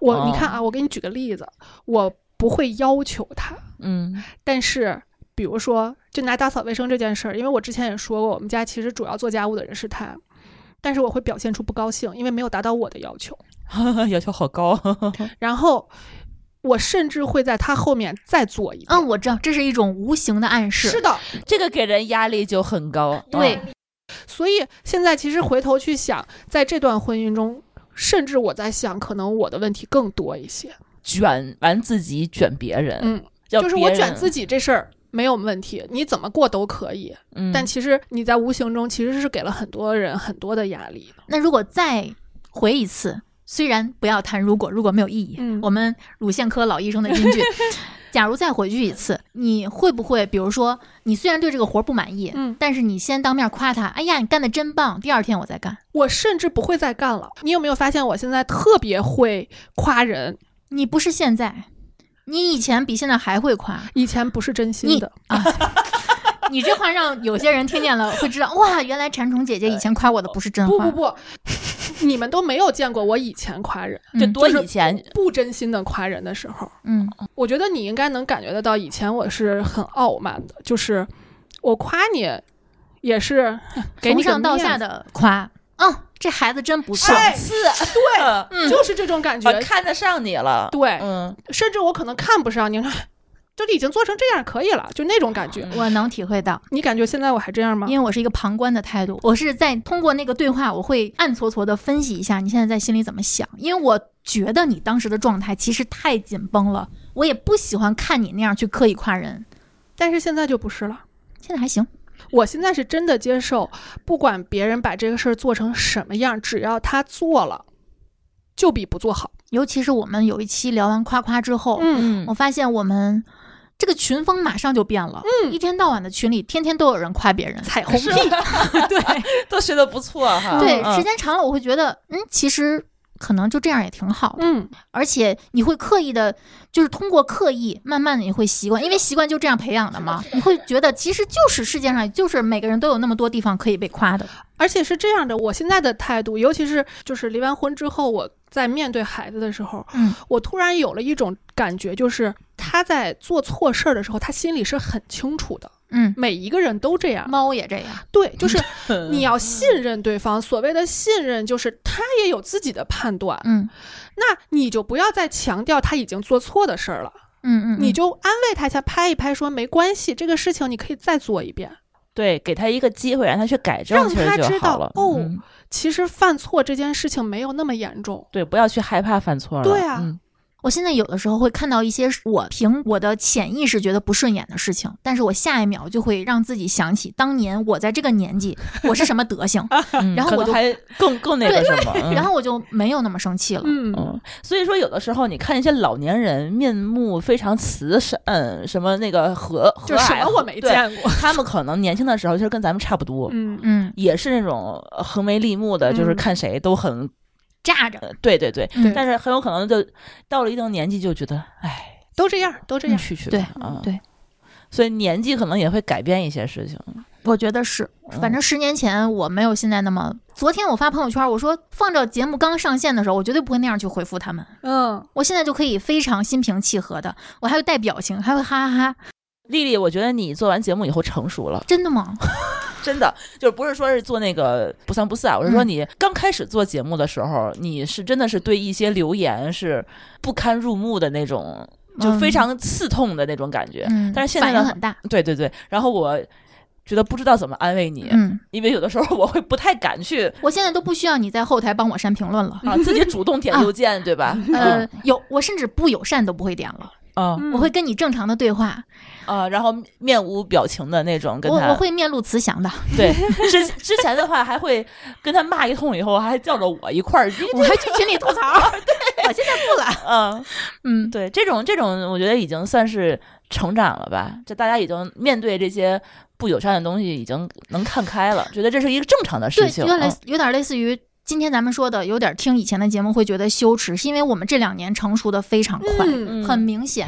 D: 我、
C: 哦
D: 你看啊，我给你举个例子，我不会要求他，
C: 嗯
D: 但是比如说就拿打扫卫生这件事儿，因为我之前也说过，我们家其实主要做家务的人是他。但是我会表现出不高兴，因为没有达到我的要求。
C: 要求好高，
D: 然后，我甚至会在他后面再做一遍。
B: 嗯，我知道，这是一种无形的暗示。
D: 是的，
C: 这个给人压力就很高。
B: 对
C: 嗯
D: 所以现在其实回头去想，在这段婚姻中，甚至我在想，可能我的问题更多一些。
C: 卷完自己卷别人，
D: 嗯，
C: 呃要
D: 就是
C: 别
D: 我
C: 人
D: 卷自己这事儿没有问题，你怎么过都可以。
C: 嗯
D: 但其实你在无形中其实是给了很多人很多的压力。
B: 那如果再回一次，虽然不要谈如果，如果没有意义，
D: 嗯
B: 我们乳腺科老医生的金 句。假如再回去一次，你会不会，比如说，你虽然对这个活儿不满意，
D: 嗯
B: 但是你先当面夸他，哎呀，你干的真棒，第二天我再干。
D: 我甚至不会再干了。你有没有发现我现在特别会夸人？
B: 你不是现在，你以前比现在还会夸。
D: 以前不是真心的，
B: 你这话让有些人听见了会知道，哇，原来馋虫姐姐以前夸我的不是真
D: 不
B: 话，
D: 哎不不，你们都没有见过我以前夸人，
B: 嗯
C: 就多
D: 就是
C: 以前，
D: 不真心的夸人的时候。
B: 嗯
D: 我觉得你应该能感觉得到，以前我是很傲慢的，就是我夸你，也是给
B: 从
D: 你个
B: 上到
D: 面
B: 下
D: 子，哎
B: 的夸，嗯，这孩子真不错，
C: 赏赐， 对，
B: 嗯
D: 就是这种感觉。
C: 我呃看得上你了，
D: 对，
C: 嗯，
D: 甚至我可能看不上你，就已经做成这样可以了，就那种感觉。
B: 我能体会到，
D: 你感觉现在我还这样吗？
B: 嗯因为我是一个旁观的态度，我是在通过那个对话，我会暗搓搓的分析一下你现在在心里怎么想，因为我觉得你当时的状态其实太紧绷了，我也不喜欢看你那样去刻意夸人，
D: 但是现在就不是了。
B: 现在还行，
D: 我现在是真的接受，不管别人把这个事儿做成什么样，只要他做了，就比不做好。
B: 尤其是我们有一期聊完夸夸之后，
D: 嗯，
C: 嗯
B: 我发现我们这个群风马上就变了，嗯，一天到晚的群里，天天都有人夸别人，
D: 彩虹屁
C: 是，啊都学的不错哈，
B: 对，
C: 嗯
B: 时间长了我会觉得，嗯，其实可能就这样也挺好的，
D: 嗯，
B: 而且你会刻意的，就是通过刻意，慢慢的你会习惯，因为习惯就这样培养的嘛，你会觉得其实就是世界上就是每个人都有那么多地方可以被夸的，
D: 而且是这样的，我现在的态度，尤其是就是离完婚之后，我在面对孩子的时候，
B: 嗯，
D: 我突然有了一种感觉，就是他在做错事儿的时候，他心里是很清楚的。
B: 嗯，
D: 每一个人都这样，
B: 猫也这样，
D: 对，就是
C: 嗯
D: 你要信任对方。所谓的信任，就是他也有自己的判断，
B: 嗯
D: 那你就不要再强调他已经做错的事儿了，
B: 嗯嗯，
D: 你就安慰他一下，拍一拍，说没关系，这个事情你可以再做一遍。
C: 对，给他一个机会，让他去改正，
D: 让
C: 其实
D: 他
C: 就
D: 知
C: 好
D: 道
C: 了
D: 哦
C: 嗯
D: 其实犯错这件事情没有那么严重，
C: 对，不要去害怕犯错了，
D: 对啊
C: 嗯
B: 我现在有的时候会看到一些我凭我的潜意识觉得不顺眼的事情，但是我下一秒就会让自己想起当年我在这个年 纪我是什么德行，
C: 嗯
B: 然后
C: 可
B: 我
C: 能
B: 就
C: 还更更那个什么，嗯
B: 然后我就没有那么生气了。
D: 嗯
C: 嗯，所以说有的时候你看一些老年人面目非常慈善，嗯什么那个和和
D: 就是什
C: 蔼
D: 么我没
C: 对
D: 见 过，
C: 他们可能年轻的时候其实跟咱们差不多，
D: 嗯，
B: 嗯，
C: 也是那种呃横眉立目的，就是
D: 嗯
C: 看谁都很
B: 炸着，
C: 呃对对对，
B: 嗯
C: 但是很有可能就到了一定年纪就觉得，哎，
D: 都这样，都这样。
C: 去去吧
B: 对
C: 啊，
B: 对，
C: 所以年纪可能也会改变一些事情。嗯
B: 我觉得是，反正十年前我没有现在那么。昨天我发朋友圈，我说放着节目刚上线的时候，我绝对不会那样去回复他们。
D: 嗯，
B: 我现在就可以非常心平气和的，我还会带表情，还会哈哈哈。
C: 丽丽，我觉得你做完节目以后成熟了，
B: 真的吗？
C: 真的就是不是说是做那个不三不四啊，我是说
B: 嗯
C: 你刚开始做节目的时候，你是真的是对一些留言是不堪入目的那种，就非常刺痛的那种感觉。
B: 嗯，
C: 但是现在
B: 反应
C: 呢，
B: 很大。
C: 对对对，然后我觉得不知道怎么安慰你，
B: 嗯，
C: 因为有的时候我会不太敢去
B: 我现在都不需要你在后台帮我删评论了。
C: 啊自己主动点
B: 啊
C: 邮件，对吧？
B: 呃，有我甚至不友善都不会点了，
C: 啊
D: 嗯
B: 我会跟你正常的对话，
C: 啊，然后面无表情的那种跟
B: 我
C: 他，
B: 我会面露慈祥的，
C: 对之之前的话还会跟他骂一通，以后还叫着我一块儿，你
B: 我还去群里吐槽。 对，我现在不了。
C: 嗯。
B: 嗯，
C: 对，这种这种，我觉得已经算是成长了吧。就大家已经面对这些不友善的东西，已经能看开了，觉得这是一个正常的事
B: 对，
C: 情。
B: 有点类
C: 嗯
B: 似，有点类似于今天咱们说的，有点听以前的节目会觉得羞耻，是因为我们这两年成熟的非常快，
D: 嗯
B: 很明显。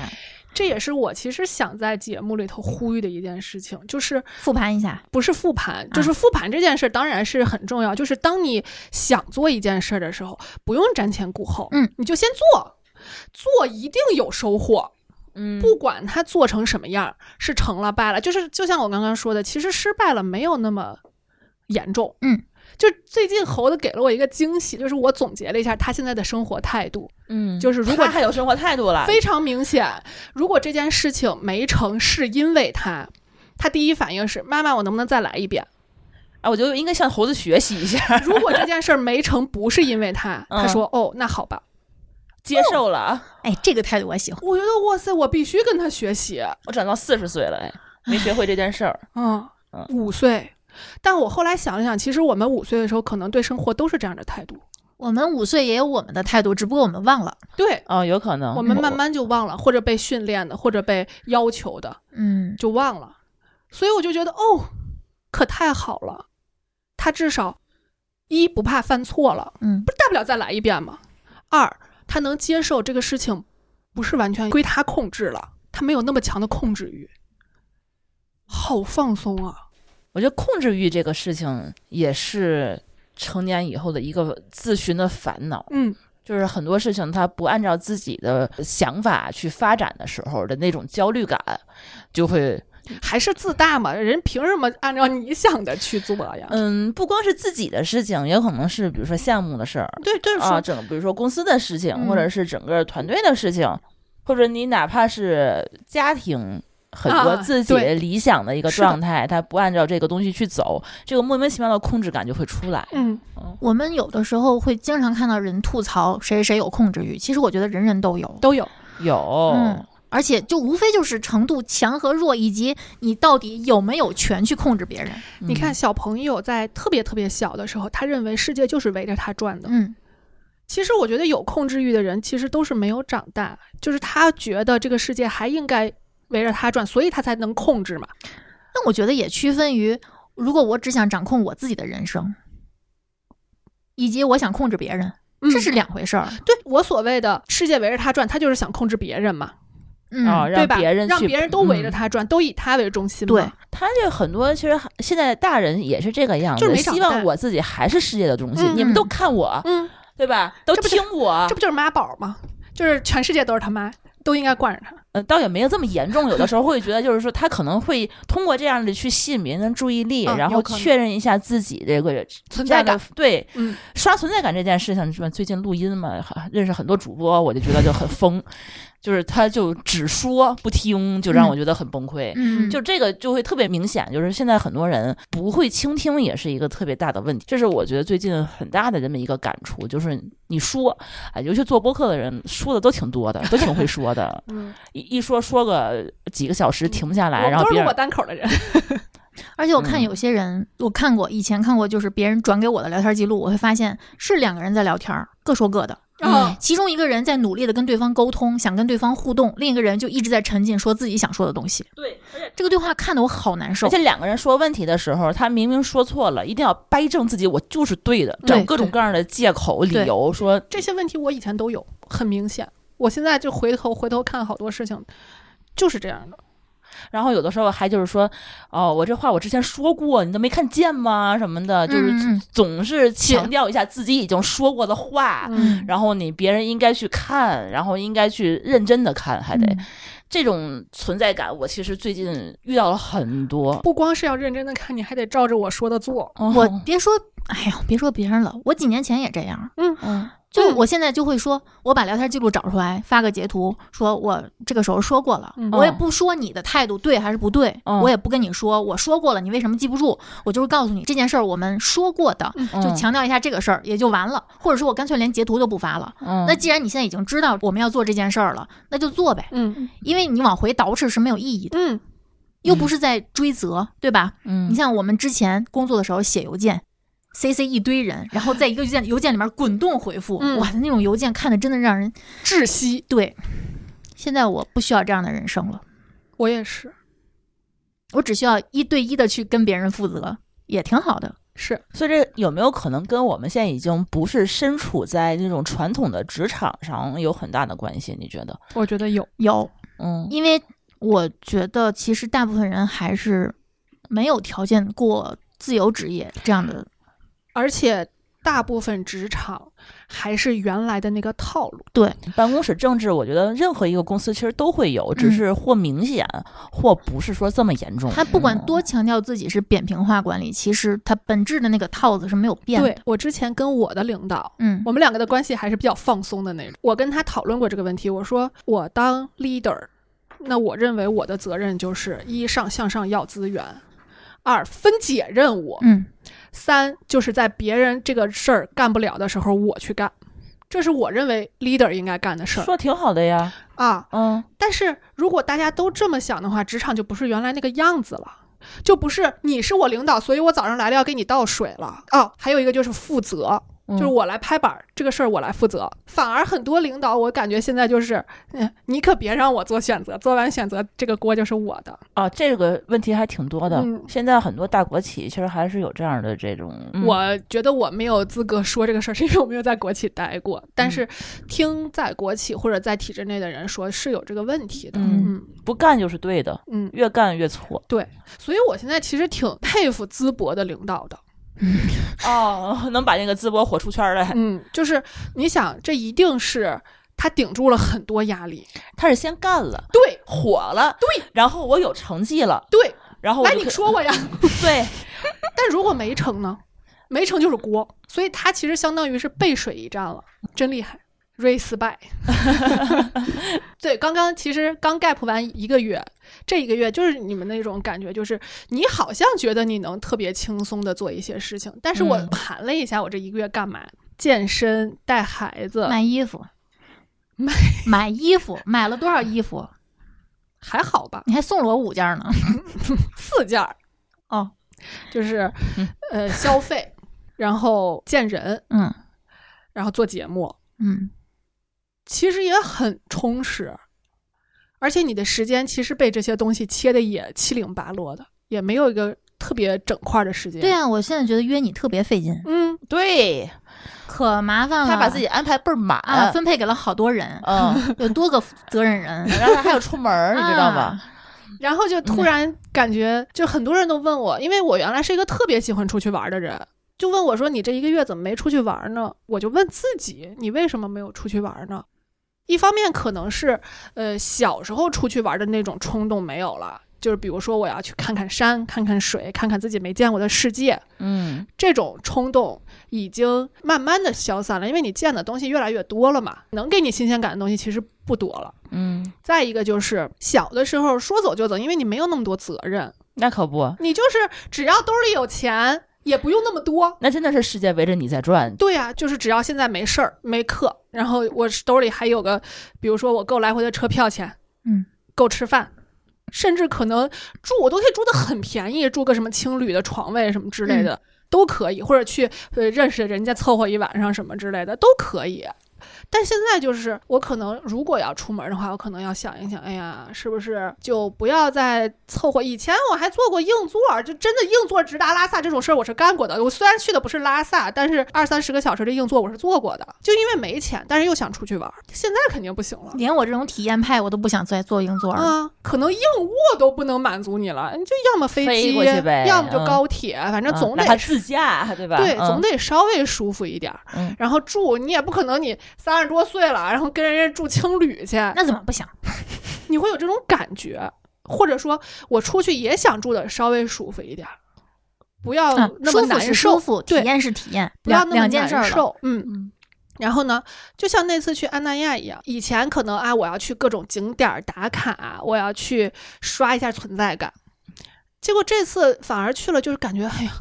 D: 这也是我其实想在节目里头呼吁的一件事情，就是
B: 复盘一下，
D: 不是复盘，就是复盘这件事儿当然是很重要。就是当你想做一件事儿的时候，不用瞻前顾后，
B: 嗯，
D: 你就先做，做一定有收获。
C: 嗯，
D: 不管它做成什么样儿，是成了败了，就是就像我刚刚说的，其实失败了没有那么严重。
B: 嗯，
D: 就最近猴子给了我一个惊喜，就是我总结了一下他现在的生活态度，
C: 嗯，
D: 就是如果
C: 他还有生活态度了，
D: 非常明显，如果这件事情没成，是因为他，他第一反应是妈妈，我能不能再来一遍？
C: 啊，我觉得应该向猴子学习一下，
D: 如果这件事儿没成，不是因为他，
C: 嗯
D: 他说哦，那好吧。
C: 接受了啊。
B: 哎，这个态度我喜欢。
D: 我觉得哇塞，我必须跟他学习。
C: 我长到四十岁了，哎，没学会这件 事儿。
D: 嗯
C: 嗯，
D: 五岁。但我后来想了想，其实我们五岁的时候，可能对生活都是这样的态度。
B: 我们五岁也有我们的态度，只不过我们忘了。
D: 对，
C: 哦，有可能
D: 我们慢慢就忘了，或者被训练的，或者被要求的，
B: 嗯，
D: 就忘了。所以我就觉得，哦，可太好了，他至少一不怕犯错了，
B: 嗯
D: 不是大不了再来一遍嘛。二，他能接受这个事情不是完全归他控制了，他没有那么强的控制欲，好放松啊。
C: 我觉得控制欲这个事情也是成年以后的一个自寻的烦恼。
D: 嗯，
C: 就是很多事情他不按照自己的想法去发展的时候的那种焦虑感，就会
D: 还是自大嘛，人凭什么按照你想的去做呀？
C: 嗯，不光是自己的事情，也有可能是比如说项目的事儿
D: 对，就是说，
C: 啊，整个比如说公司的事情，
B: 嗯
C: 或者是整个团队的事情，或者你哪怕是家庭。很多
D: 啊
C: 自己
D: 对
C: 理想的一个
D: 是的
C: 状态，他不按照这个东西去走，这个莫名其妙的控制感就会出来。
D: 嗯，
B: 我们有的时候会经常看到人吐槽谁谁有控制欲，其实我觉得人人都有。
D: 都有。
C: 有，
B: 嗯而且就无非就是程度强和弱，以及你到底有没有权去控制别人。
C: 嗯
D: 你看，小朋友在特别特别小的时候，他认为世界就是围着他转的。
B: 嗯
D: 其实我觉得有控制欲的人，其实都是没有长大，就是他觉得这个世界还应该围着他转，所以他才能控制嘛。
B: 那我觉得也区分于，如果我只想掌控我自己的人生，以及我想控制别人，
C: 嗯
B: 这是两回事儿。
D: 嗯对我所谓的世界围着他转，他就是想控制别人嘛，
B: 嗯，
C: 啊，
D: 对吧？
C: 别人
D: 让
C: 去
D: 别人都围着
C: 嗯
D: 他转，都以他为中心嘛。
B: 对，
C: 他这很多其实还现在大人也是这个样子，
D: 就是没长
C: 希
D: 大
C: 望我自己还是世界的中心，
D: 嗯
C: 你们都看我，
D: 嗯，
C: 对吧？都
D: 这不是
C: 听我
D: 这，不就是妈宝吗？就是全世界都是他妈，都应该惯着他。
C: 呃，倒也没有这么严重。有的时候会觉得，就是说他可能会通过这样的去吸引别人的注意力，
D: 嗯
C: 然后
D: 有可能
C: 确认一下自己这个
D: 存
C: 这
D: 在
C: 样
D: 感
C: 的对
D: 嗯，，
C: 刷存在感这件事情，是吧？最近录音嘛，哈认识很多主播，我就觉得就很疯，就是他就只说不听，就让我觉得很崩溃。
B: 嗯，
C: 就这个就会特别明显，就是现在很多人不会倾听，也是一个特别大的问题。这是我觉得最近很大的这么一个感触，就是你说，啊，尤其做播客的人说的都挺多的，都挺会说的
D: 嗯，
C: 一一说说个几个小时停不下
D: 我
C: 来，
D: 们
C: 然后
D: 都是
C: 别
D: 录过
C: 人
D: 单口 的人。
B: 而且我看
C: 嗯
B: 有些人，我看过以前看过，就是别人转给我的聊天记录，我会发现是两个人在聊天儿，各说各的。
C: 哦
D: 嗯
B: 其中一个人在努力的跟对方沟通，想跟对方互动，另一个人就一直在沉浸说自己想说的东西。
C: 对，
B: 这个对话看得我好难受
C: 而且。两个人说问题的时候，他明明说错了，一定要掰正自己，我就是对的，
B: 对
C: 找各种各样的借口理
B: 对
C: 由说
D: 这些问题我以前都有，很明显。我现在就回头回头看好多事情，就是这样的。
C: 然后有的时候还就是说，哦，我这话我之前说过，你都没看见吗？什么的，就是
B: 嗯嗯
C: 总是强调一下自己已经说过的话，
D: 嗯
C: 然后你别人应该去看，然后应该去认真的看，还得、
B: 嗯
C: 这种存在感，我其实最近遇到了很多。
D: 不光是要认真的看，你还得照着我说的做。
B: 我
C: 嗯
B: 别说，哎呀，别说别人了，我几年前也这样。
C: 嗯
B: 就
D: 嗯
B: 我现在就会说，我把聊天记录找出来，发个截图，说我这个时候说过了，
D: 嗯
C: 哦
B: 我也不说你的态度对还是不对，
C: 嗯
B: 我也不跟你说我说过了，你为什么记不住？我就是告诉你这件事儿我们说过的，就
C: 嗯
B: 强调一下这个事儿也就完了，或者说我干脆连截图都不发了。
C: 嗯
B: 那既然你现在已经知道我们要做这件事儿了，那就做呗，
D: 嗯
B: 因为你往回倒饬是没有意义的，
D: 嗯
B: 又不是在追责，对吧？
C: 嗯
B: 你像我们之前工作的时候写邮件，CC 一堆人，然后在一个邮件邮件里面滚动回复，
D: 嗯
B: 哇，那种邮件看的真的让人
D: 窒息。
B: 对。现在我不需要这样的人生了，
D: 我也是，
B: 我只需要一对一的去跟别人负责，也挺好的。
D: 是
C: 所以这有没有可能跟我们现在已经不是身处在那种传统的职场上有很大的关系？你觉得？
D: 我觉得有，
B: 有，
C: 嗯
B: 因为我觉得其实大部分人还是没有条件过自由职业这样的。
D: 而且大部分职场还是原来的那个套路。
C: 办公室政治，我觉得任何一个公司其实都会有，只是或明显或不是说这么严
D: 哦
C: 重。
B: 他嗯不管多
C: 嗯
B: 强调自己是扁平化管理，其实他本质的那个套子是没有变
D: 对
B: 的。
D: 我之前跟我的领导，
B: 嗯
D: 我们两个的关系还是比较放松的那种。我跟他讨论过这个问题，我说我当 leader，那我认为我的责任就是一上向上要资源，二分解任务，
B: 嗯，
D: 三就是在别人这个事儿干不了的时候我去干，这是我认为 leader 应该干的事儿
C: 说挺好的呀，
D: 啊。
C: 嗯
D: 但是如果大家都这么想的话，职场就不是原来那个样子了。就不是你是我领导，所以我早上来了要给你倒水了哦。还有一个就是负责，
C: 嗯
D: 就是我来拍板儿、这个事儿我来负责。反而很多领导，我感觉现在就是，嗯，你可别让我做选择，做完选择这个锅就是我的。
C: 啊，这个问题还挺多的。
D: 嗯
C: 现在很多大国企其实还是有这样的这种，嗯
D: 我觉得我没有资格说这个事儿，是因为我没有在国企待过。
C: 嗯
D: 但是听在国企或者在体制内的人说，是有这个问题的。
C: 嗯
D: 嗯
C: 不干就是对的，
D: 嗯，
C: 越干越错。
D: 所以我现在其实挺佩服淄博的领导的。
C: 哦， 能把那个淄博火出圈来。
D: 嗯，就是你想，这一定是他顶住了很多压力。
C: 他是先干了，
D: 对
C: 火了，
D: 对，
C: 然后我有成绩了，
D: 对，
C: 然哦后我
D: 来
C: 就
D: 你
C: 可以
D: 说 我呀。
C: 对，
D: 但如果没成呢？没成就是锅，所以他其实相当于是背水一战了，真厉害。race by，对，刚刚其实刚 gap 完一个月，这一个月就是你们那种感觉，就是你好像觉得你能特别轻松的做一些事情，但是我
C: 嗯
D: 盘了一下，我这一个月干嘛？健身、带孩子，
B: 卖衣服，
D: 呃 卖
B: 买衣服，买了多少衣服？
D: 还好吧，
B: 你还送了我五件呢。
D: 四件儿
B: 哦，
D: 就是
C: 嗯
D: 呃消费，然后见人，
B: 嗯
D: 然后做节目，
B: 嗯，
D: 其实也很充实，而且你的时间其实被这些东西切的也七零八落的，也没有一个特别整块的时间。
B: 对，啊，我现在觉得约你特别费劲，
D: 嗯，
C: 对
B: 可麻烦了。
C: 他把自己安排倍儿满，
D: 呃
B: 啊分配给了好多人，
C: 嗯，
B: 有多个责任 人，
C: 然后他还有出门儿，你知道吧？
B: 啊？
D: 然后就突然感觉，就很多人都问我，因为我原来是一个特别喜欢出去玩的人。就问我说：“你这一个月怎么没出去玩呢？”我就问自己：“你为什么没有出去玩呢？”一方面可能是，呃，小时候出去玩的那种冲动没有了，就是比如说我要去看看山、看看水、看看自己没见过的世界，
C: 嗯
D: 这种冲动已经慢慢的消散了，因为你见的东西越来越多了嘛，能给你新鲜感的东西其实不多了。
C: 嗯，
D: 再一个就是小的时候说走就走，因为你没有那么多责任，
C: 那可不，
D: 你就是只要兜里有钱，也不用那么多。
C: 那真的是世界围着你在转。
D: 对呀、就是只要现在没事儿没课，然后我兜里还有个，比如说我够来回的车票钱，
B: 嗯，
D: 够吃饭，甚至可能住我都可以住的很便宜，住个什么青旅的床位什么之类的、都可以，或者去呃认识人家凑合一晚上什么之类的都可以。但现在就是我可能如果要出门的话，我可能要想一想，哎呀，是不是就不要再凑合？以前我还做过硬座，就真的硬座直达拉萨这种事儿我是干过的。我虽然去的不是拉萨，但是二三十个小时的硬座我是做过的。就因为没钱，但是又想出去玩，现在肯定不行了。
B: 连我这种体验派，我都不想再坐硬座了。
D: 啊，可能硬卧都不能满足你了，你就要么飞
C: 飞
D: 机，
C: 过去呗
D: 要么就
C: 嗯
D: 高铁，反正
C: 嗯
D: 总
C: 哪
D: 得
C: 怕自驾，对吧？
D: 对，
C: 嗯
D: 总得稍微舒服一点儿。
C: 嗯
D: 然后住，你也不可能你三十多岁了，然后跟人家住青旅去，
B: 那怎么不想？
D: 你会有这种感觉，或者说我出去也想住的稍微舒服一点儿，不要
B: 嗯，
D: 哦那么
B: 舒服
D: 难
B: 是
D: 受，
B: 舒服，体
D: 对
B: 验是体验，
D: 不要
B: 两
D: 那么
B: 两件
D: 难
B: 事儿了。
D: 受，嗯。
B: 嗯，
D: 然后呢，就像那次去安那亚一样，以前可能啊，我要去各种景点儿打卡，啊我要去刷一下存在感。结果这次反而去了，就是感觉，哎呀，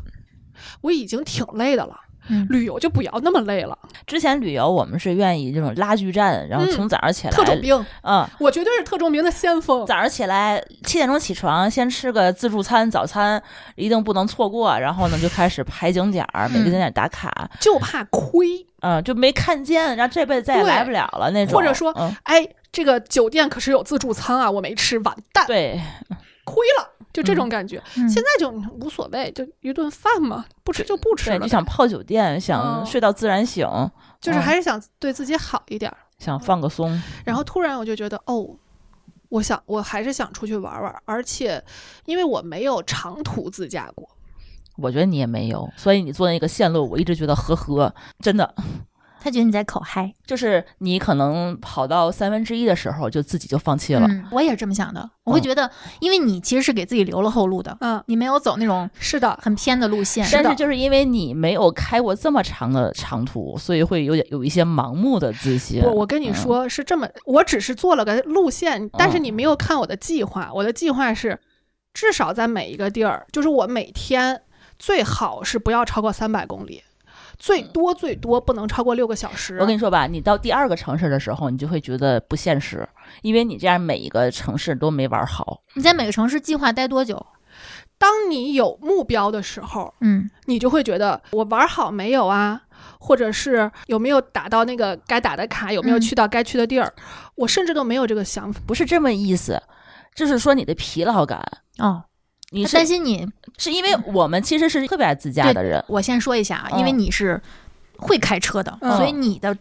D: 我已经挺累的了，
B: 嗯
D: 旅游就不要那么累了，
C: 之前旅游我们是愿意这种拉锯战，然后
D: 嗯
C: 从早上起来，
D: 特种兵，
C: 嗯，
D: 我绝对是特种兵的先锋。
C: 早上起来七点钟起床，先吃个自助餐早餐，一定不能错过。然后呢，就开始排景点儿，每个景点儿打卡，
D: 就怕亏。
C: 嗯、就没看见，然后这辈子再也
D: 对
C: 来不了了那种。
D: 或者说
C: 嗯、
D: 哎，这个酒店可是有自助餐啊，我没吃，完蛋，
C: 对，
D: 亏了，就这种感觉。
B: 嗯
D: 现在就无所谓，就一顿饭嘛，不吃就不吃
C: 对，
D: 了
C: 就，想嗯泡酒店，
D: 嗯
C: 想睡到自然醒，
D: 就是还是想对自己好一点儿。
C: 想放个松。
D: 然后突然我就觉得，哦，我想我还是想出去玩玩，而且因为我没有长途自驾过，
C: 我觉得你也没有，所以你做那个线路，我一直觉得呵呵，真的
B: 他觉得你在口嗨。
C: 就是你可能跑到三分之一的时候，就自己就放弃了。
B: 嗯，我也是这么想的。我会
C: 嗯
B: 觉得，因为你其实是给自己留了后路的，
D: 嗯，
B: 你没有走那种
D: 是的，
B: 很偏的路线。
C: 但
D: 的
C: 是就是因为你没有开过这么长的长途，所以会有点有一些盲目的自信。
D: 不，我跟你说是这么，我只是做了个路线，但是
C: 嗯
D: 你没有看我的计划。我的计划是，至少在每一个地儿，就是我每天最好是不要超过三百公里，最多最多不能超过六个小时。
C: 嗯我跟你说吧，你到第二个城市的时候，你就会觉得不现实，因为你这样每一个城市都没玩好。
B: 你在每个城市计划待多久？
D: 当你有目标的时候，
B: 嗯，
D: 你就会觉得我玩好没有啊，或者是有没有打到那个该打的卡，有没有
B: 嗯
D: 去到该去的地儿，我甚至都没有这个想法。
C: 不是这么意思，就是说你的疲劳感，
B: 哦，
C: 你
B: 他
C: 是
B: 担心你。
C: 是因为我们其实是特别爱自驾的人，
B: 我先说一下啊，
C: 嗯
B: 因为你是会开车的，
D: 嗯
B: 所以你的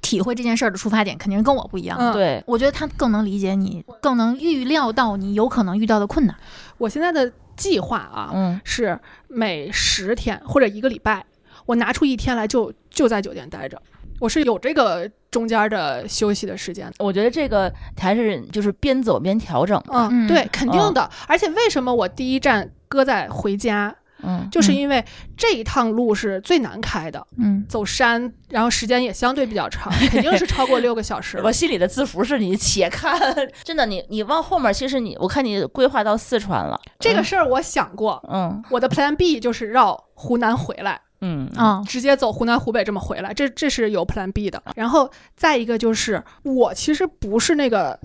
B: 体会这件事儿的出发点肯定是跟我不一样的。
D: 嗯
C: 对，
B: 我觉得他更能理解你，更能预料到你有可能遇到的困难。
D: 我现在的计划啊，
C: 嗯，
D: 是每十天或者一个礼拜，我拿出一天来就就在酒店待着，我是有这个中间的休息的时间的。
C: 我觉得这个还是就是边走边调整，
D: 嗯，
B: 嗯
D: 对，肯定的。而且为什么我第一站搁在回家，
C: 嗯，
D: 就是
B: 嗯
D: 因为这一趟路是最难开的，
B: 嗯，
D: 走山，然后时间也相对比较长，肯定是超过六个小时 了
C: 我。心里的字符是你且看，真的，你你往后面，其实你我看你规划到四川了，
D: 这个事儿我想过，
C: 嗯
D: 我的 Plan B 就是绕湖南回来。
C: 嗯嗯
B: 哦，
D: 直接走湖南湖北这么回来，这这是有 Plan B 的。然后再一个就是，我其实不是那个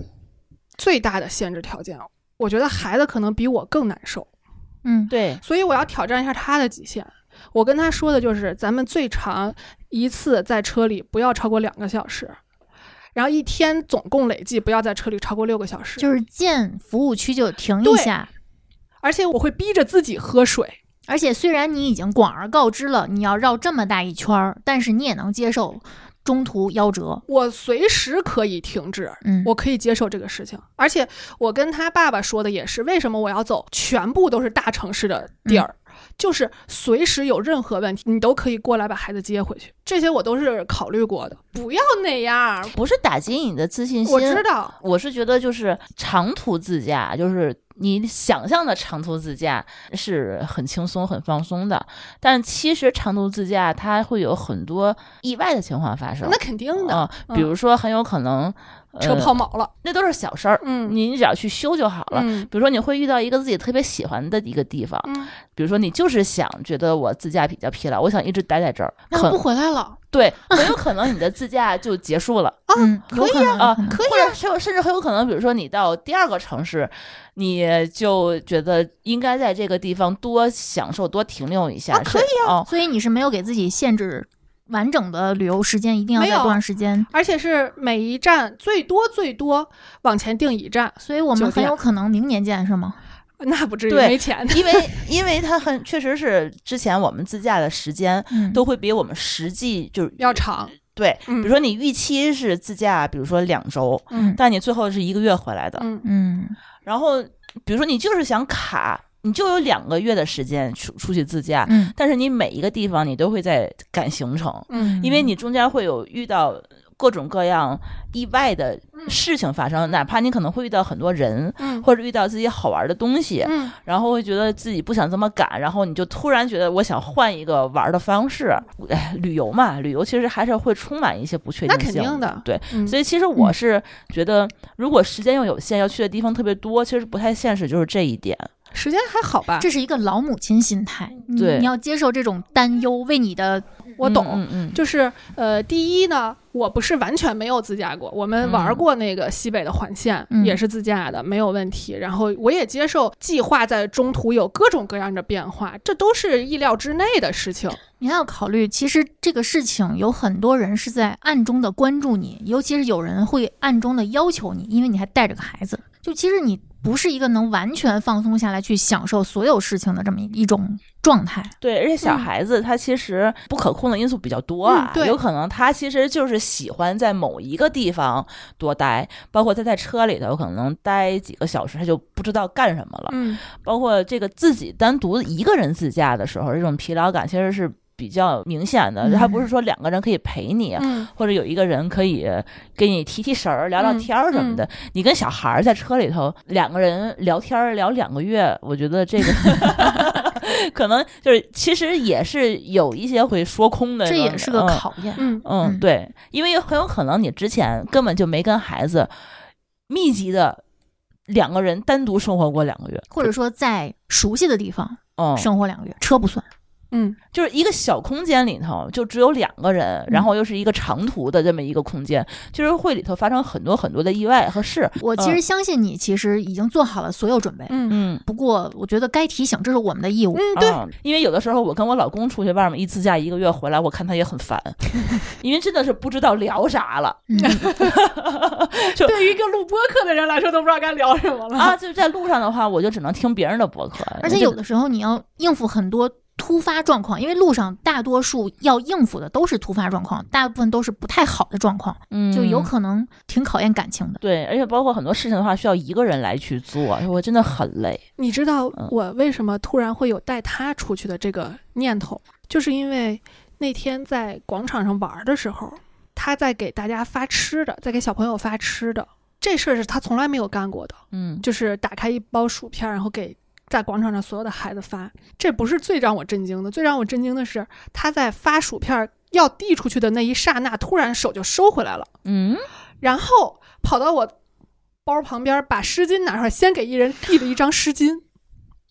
D: 最大的限制条件，哦我觉得孩子可能比我更难受，
B: 嗯，
C: 对，
D: 所以我要挑战一下他的极限。我跟他说的就是，咱们最长一次在车里不要超过两个小时，然后一天总共累计不要在车里超过六个小时。
B: 就是进服务区就停
D: 对
B: 一下。
D: 而且我会逼着自己喝水，
B: 而且虽然你已经广而告之了你要绕这么大一圈儿，但是你也能接受中途夭折。
D: 我随时可以停止，
B: 嗯，
D: 我可以接受这个事情，而且我跟他爸爸说的也是，为什么我要走全部都是大城市的地
C: 嗯
D: 儿，就是随时有任何问题，你都可以过来把孩子接回去，这些我都是考虑过的。不要那样，
C: 不是打击你的自信心，
D: 我知道，
C: 我是觉得就是长途自驾，就是你想象的长途自驾是很轻松、很放松的，但其实长途自驾它会有很多意外的情况发生
D: 那。肯定的，
C: 嗯，比如说很有可能、呃
D: 车泡毛了，
C: 那都是小事儿，
D: 嗯
C: 你只要去修就好了。
D: 嗯
C: 比如说你会遇到一个自己特别喜欢的一个地方，
D: 嗯，
C: 比如说你就是想觉得我自驾比较疲劳，我想一直待在这儿，
D: 那我
C: 很
D: 不回来了，
C: 对，很有可能你的自驾就结束了。
B: 嗯，有
D: 可以
B: 可能
C: 啊，
B: 有可能
C: 可以、啊，甚甚至很有可能，比如说你到第二个城市，你就觉得应该在这个地方多享受、多停留一下。
D: 啊可以
C: 啊，哦
B: 所以你是没有给自己限制完整的旅游时间一定要在
D: 没有
B: 多长时间？
D: 而且是每一站最多最多往前定一站，
B: 所以我们
D: 酒
B: 很
D: 店
B: 有可能明年见，是吗？
D: 那不至于
C: 对
D: 没钱。
C: 因为因为它很确实是之前我们自驾的时间
B: 嗯，
C: 都会比我们实际就是
D: 要长，
C: 对，比
D: 嗯
C: 如说你预期是自驾，比如说两周，
B: 嗯
C: 但你最后是一个月回来的，
D: 嗯，
B: 嗯
C: 然后比如说你就是想卡，你就有两个月的时间出出去自驾，
B: 嗯，
C: 但是你每一个地方你都会在赶行程，
D: 嗯
C: 因为你中间会有遇到各种各样意外的事情发生，哪怕你可能会遇到很多人，
D: 嗯
C: 或者遇到自己好玩的东西，
D: 嗯，
C: 然后会觉得自己不想这么赶，然后你就突然觉得我想换一个玩的方式。哎，旅游嘛，旅游其实还是会充满一些不确定
D: 那
C: 性。
D: 肯定的，
C: 对，
D: 嗯
C: 所以其实我是觉得，如果时间又有限，要去的地方特别多，其实不太现实，就是这一点。
D: 时间还好吧？
B: 这是一个老母亲心态，你
C: 对
B: 你要接受这种担忧，为你的
D: 我懂，
C: 嗯嗯
D: 就是呃，第一呢，我不是完全没有自驾过，我们玩
C: 嗯
D: 过那个西北的环线，
B: 嗯
D: 也是自驾的，没有问题。然后我也接受计划在中途有各种各样的变化，这都是意料之内的事情。
B: 你还要考虑，其实这个事情有很多人是在暗中的关注你，尤其是有人会暗中的要求你，因为你还带着个孩子。就其实你不是一个能完全放松下来去享受所有事情的这么一种状态。
C: 对，而且小
D: 嗯
C: 孩子他其实不可控的因素比较多啊
D: 嗯，对
C: 有可能他其实就是喜欢在某一个地方多待，包括他在车里头有可能待几个小时，他就不知道干什么了。
D: 嗯，
C: 包括这个自己单独一个人自驾的时候，这种疲劳感其实是比较明显的
B: 嗯，
C: 他不是说两个人可以陪你。啊
D: 嗯，
C: 或者有一个人可以跟你提提神儿、聊聊
B: 嗯
C: 天儿什么的。你跟小孩儿在车里头，两个人聊天儿聊两个月，我觉得 这个可能就是其实也是有一些会说空的
B: 这
C: 种的，
B: 也是个
C: 嗯
B: 考验。
D: 嗯，
C: 嗯，
B: 嗯
C: 对，因为很有可能你之前根本就没跟孩子密集的两个人单独生活过两个月，
B: 或者说在熟悉的地方
C: 嗯，
B: 生活两个月，车不算。
D: 哦嗯，
C: 就是一个小空间里头就只有两个人，
B: 嗯
C: 然后又是一个长途的这么一个空间，就是会里头发生很多很多的意外和事。
B: 我其实相信你，其实已经做好了所有准备。
D: 嗯，
C: 嗯。
B: 不过，我觉得该提醒，这是我们的义务。
D: 嗯，对，
C: 嗯因为有的时候我跟我老公出去外面一自驾一个月回来，我看他也 很烦，因为真的是不知道聊啥了
B: 嗯，
D: 对于一个录播客的人来说，都不知道该聊什么了。
C: 啊！就是在路上的话，我就只能听别人的博客，
B: 而且
C: 就
B: 有的时候你要应付很多突发状况，因为路上大多数要应付的都是突发状况，大部分都是不太好的状况，
C: 嗯
B: 就有可能挺考验感情的。
C: 对，而且包括很多事情的话，需要一个人来去做，我真的很累。
D: 你知道
C: 嗯
D: 我为什么突然会有带他出去的这个念头，就是因为那天在广场上玩的时候，他在给大家发吃的，在给小朋友发吃的，这事儿是他从来没有干过的，
C: 嗯，
D: 就是打开一包薯片，然后给在广场上所有的孩子发。这不是最让我震惊的，最让我震惊的是他在发薯片要递出去的那一刹那，突然手就收回来了。
C: 嗯，
D: 然后跑到我包旁边，把湿巾拿出来，先给一人递了一张湿巾。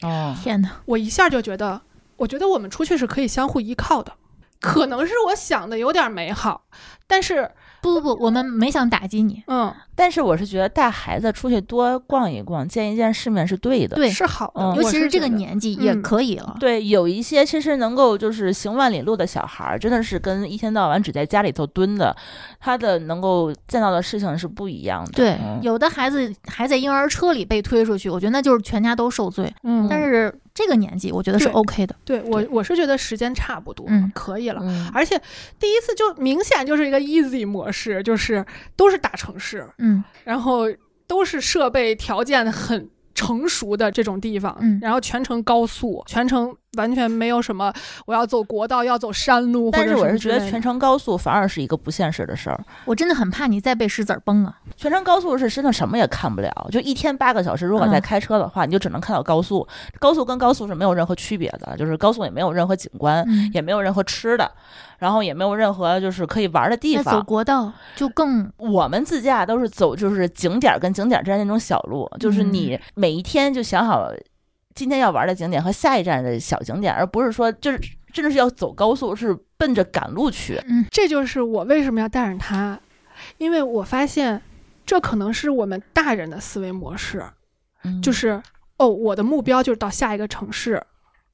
C: 哦，
B: 天哪，
D: 我一下就觉得，我觉得我们出去是可以相互依靠的。可能是我想的有点美好，但是，
B: 不不不，我们没想打击你，
D: 嗯，
C: 但是我是觉得带孩子出去多逛一逛，见一见世面是对的。
B: 对，
D: 是好的，
C: 嗯
D: 哦我
B: 尤其
D: 是
B: 是这
D: 觉
B: 个
D: 得，
B: 年纪
D: 嗯
B: 也可以了。
C: 对，有一些其实能够就是行万里路的小孩儿，真的是跟一天到晚只在家里头蹲的，他的能够见到的事情是不一样的。
B: 对
D: 哦
C: 嗯，
B: 有的孩子还在婴儿车里被推出去，我觉得那就是全家都受罪。
D: 嗯
B: 但是这个年纪，我觉得是
D: 对
B: OK 的。
D: 对我我是觉得时间差不多，
B: 嗯
D: 可以了。
C: 嗯
D: 而且第一次就明显就是一个 easy 模式，就是都是大城市，
B: 嗯，
D: 然后都是设备条件很成熟的这种地方，
B: 嗯
D: 然后全程高速，全程完全没有什么我要走国道，要走山路，
C: 但是
D: 或
C: 我
D: 者
C: 是
D: 什
C: 觉
D: 么之类
C: 得
D: 的
C: 全程高速反而是一个不现实的事儿。
B: 我真的很怕你再被石子儿崩啊！
C: 全程高速是真的什么也看不了，就一天八个小时，如果在
B: 嗯
C: 开车的话，你就只能看到高速。高速跟高速是没有任何区别的，就是高速也没有任何景观，
B: 嗯，
C: 也没有任何吃的，然后也没有任何就是可以玩的地
B: 那走
C: 方。
B: 国道就更
C: 我们自驾都是走就是景点儿跟景点儿之间那种小路，就是
D: 嗯
C: 你每一天就想好今天要玩的景点和下一站的小景点，而不是说就是真的是要走高速，是奔着赶路去。
D: 这就是我为什么要带着他，因为我发现这可能是我们大
B: 嗯
D: 嗯 人的思维模式，就是哦，我的目标就是到下一个城市，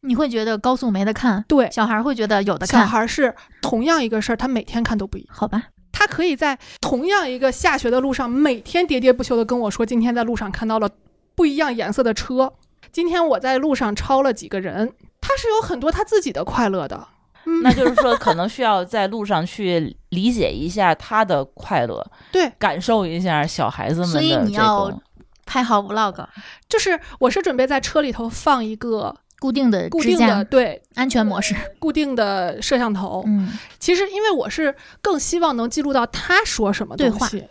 B: 你会觉得高速没得看，
D: 对，
B: 小孩会觉得有的
D: 小
B: 看，
D: 孩是同样一个事儿，他每天看都不一样。
B: 好吧？
D: 他可以在同样一个下学的路上，每天喋喋不休的跟我说，今天在路上看到了不一样颜色的车，今天我在路上超了几个人，他是有很多他自己的快乐的。嗯，
C: 那就是说，可能需要在路上去理解一下他的快乐，
D: 对，
C: 感受一下小孩子们的
B: 所以你
C: 这个
B: 要拍好 vlog，
D: 就是我是准备在车里头放一个
B: 固定的
D: 固
B: 支
D: 定的，
B: 架，
D: 对，
B: 安全模式。
D: 固定的摄像头。
B: 嗯，
D: 其实，因为我是更希望能记录到他说什么
B: 对
D: 东
B: 话
D: 西。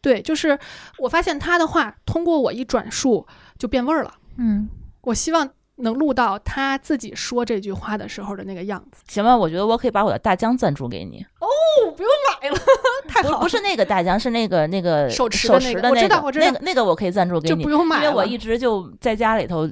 D: 对，就是我发现他的话通过我一转述就变味儿了。
B: 嗯，
D: 我希望能录到他自己说这句话的时候的那个样子。
C: 行吧？我觉得我可以把我的大疆赞助给你，
D: 哦，不用买了，太
C: 不是不是那个大疆，是那个那个
D: 手持的
C: 手持的
D: 那个我知
C: 那
D: 道我
C: 个，
D: 知道
C: 那个那个我可以赞助给
D: 就
C: 你
D: 不，用
C: 因
D: 买
C: 为
D: 了。
C: 我一直就在家里头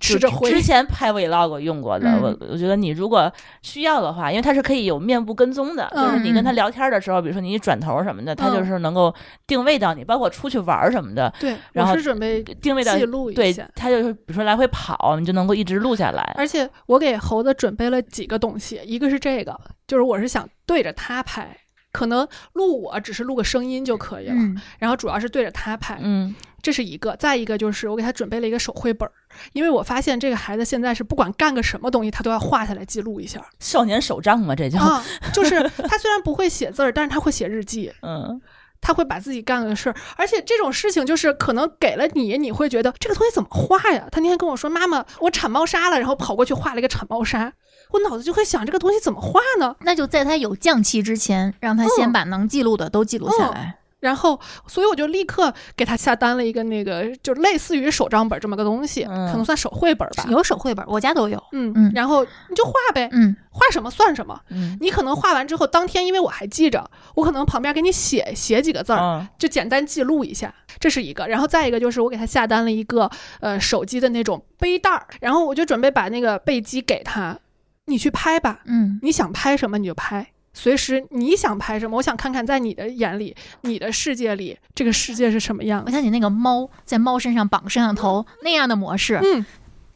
D: 吃着
C: 就
D: 灰
C: 之 前拍 vlog 用过的，
B: 嗯
C: 我我觉得你如果需要的话，因为它是可以有面部跟踪的，就是你跟他聊天的时候，比如说你一转头什么的，它
D: 嗯
C: 就是能够定位到你，包括出去玩儿什么的，
D: 对，
C: 然后
D: 我是准备
C: 定位到
D: 记录一
C: 对
D: 下。，
C: 它就是比如说来回跑，你就能够一直录下来。
D: 而且我给猴子准备了几个东西，一个是这个，就是我是想对着他拍，可能录我只是录个声音就可以了，
B: 嗯，
D: 然后主要是对着他拍，
C: 嗯，
D: 这是一个。再一个就是我给他准备了一个手绘本儿，因为我发现这个孩子现在是不管干个什么东西，他都要画下来记录一下
C: 少年手账嘛，这叫、
D: 啊。就是他虽然不会写字儿，但是他会写日记，
C: 嗯，
D: 他会把自己干的事儿，而且这种事情就是可能给了你，你会觉得这个东西怎么画呀？他那天跟我说，妈妈，我铲猫砂了，然后跑过去画了一个铲猫砂，我脑子就会想这个东西怎么画呢？
B: 那就在他有降气之前，让他先
D: 嗯
B: 把能记录的都记录下来。
D: 然后，所以我就立刻给他下单了一个那个，就类似于手账本这么个东西，
C: 嗯
D: 可能算手绘本吧。
B: 有手绘本，我家都有。
D: 嗯
B: 嗯
D: 然后你就画呗，
B: 嗯，
D: 画什么算什么。
C: 嗯
D: 你可能画完之后，当天因为我还记着，我可能旁边给你写写几个字儿，
C: 嗯
D: 就简单记录一下，这是一个。然后再一个就是我给他下单了一个呃手机的那种背带儿，然后我就准备把那个背机给他，你去拍吧，
B: 嗯，
D: 你想拍什么你就拍，随时你想拍什么，我想看看在你的眼里、你的世界里这个世界是什么样
B: 我
D: 的。
B: 想起那个猫在猫身上绑摄像头那样的模式，
D: 嗯，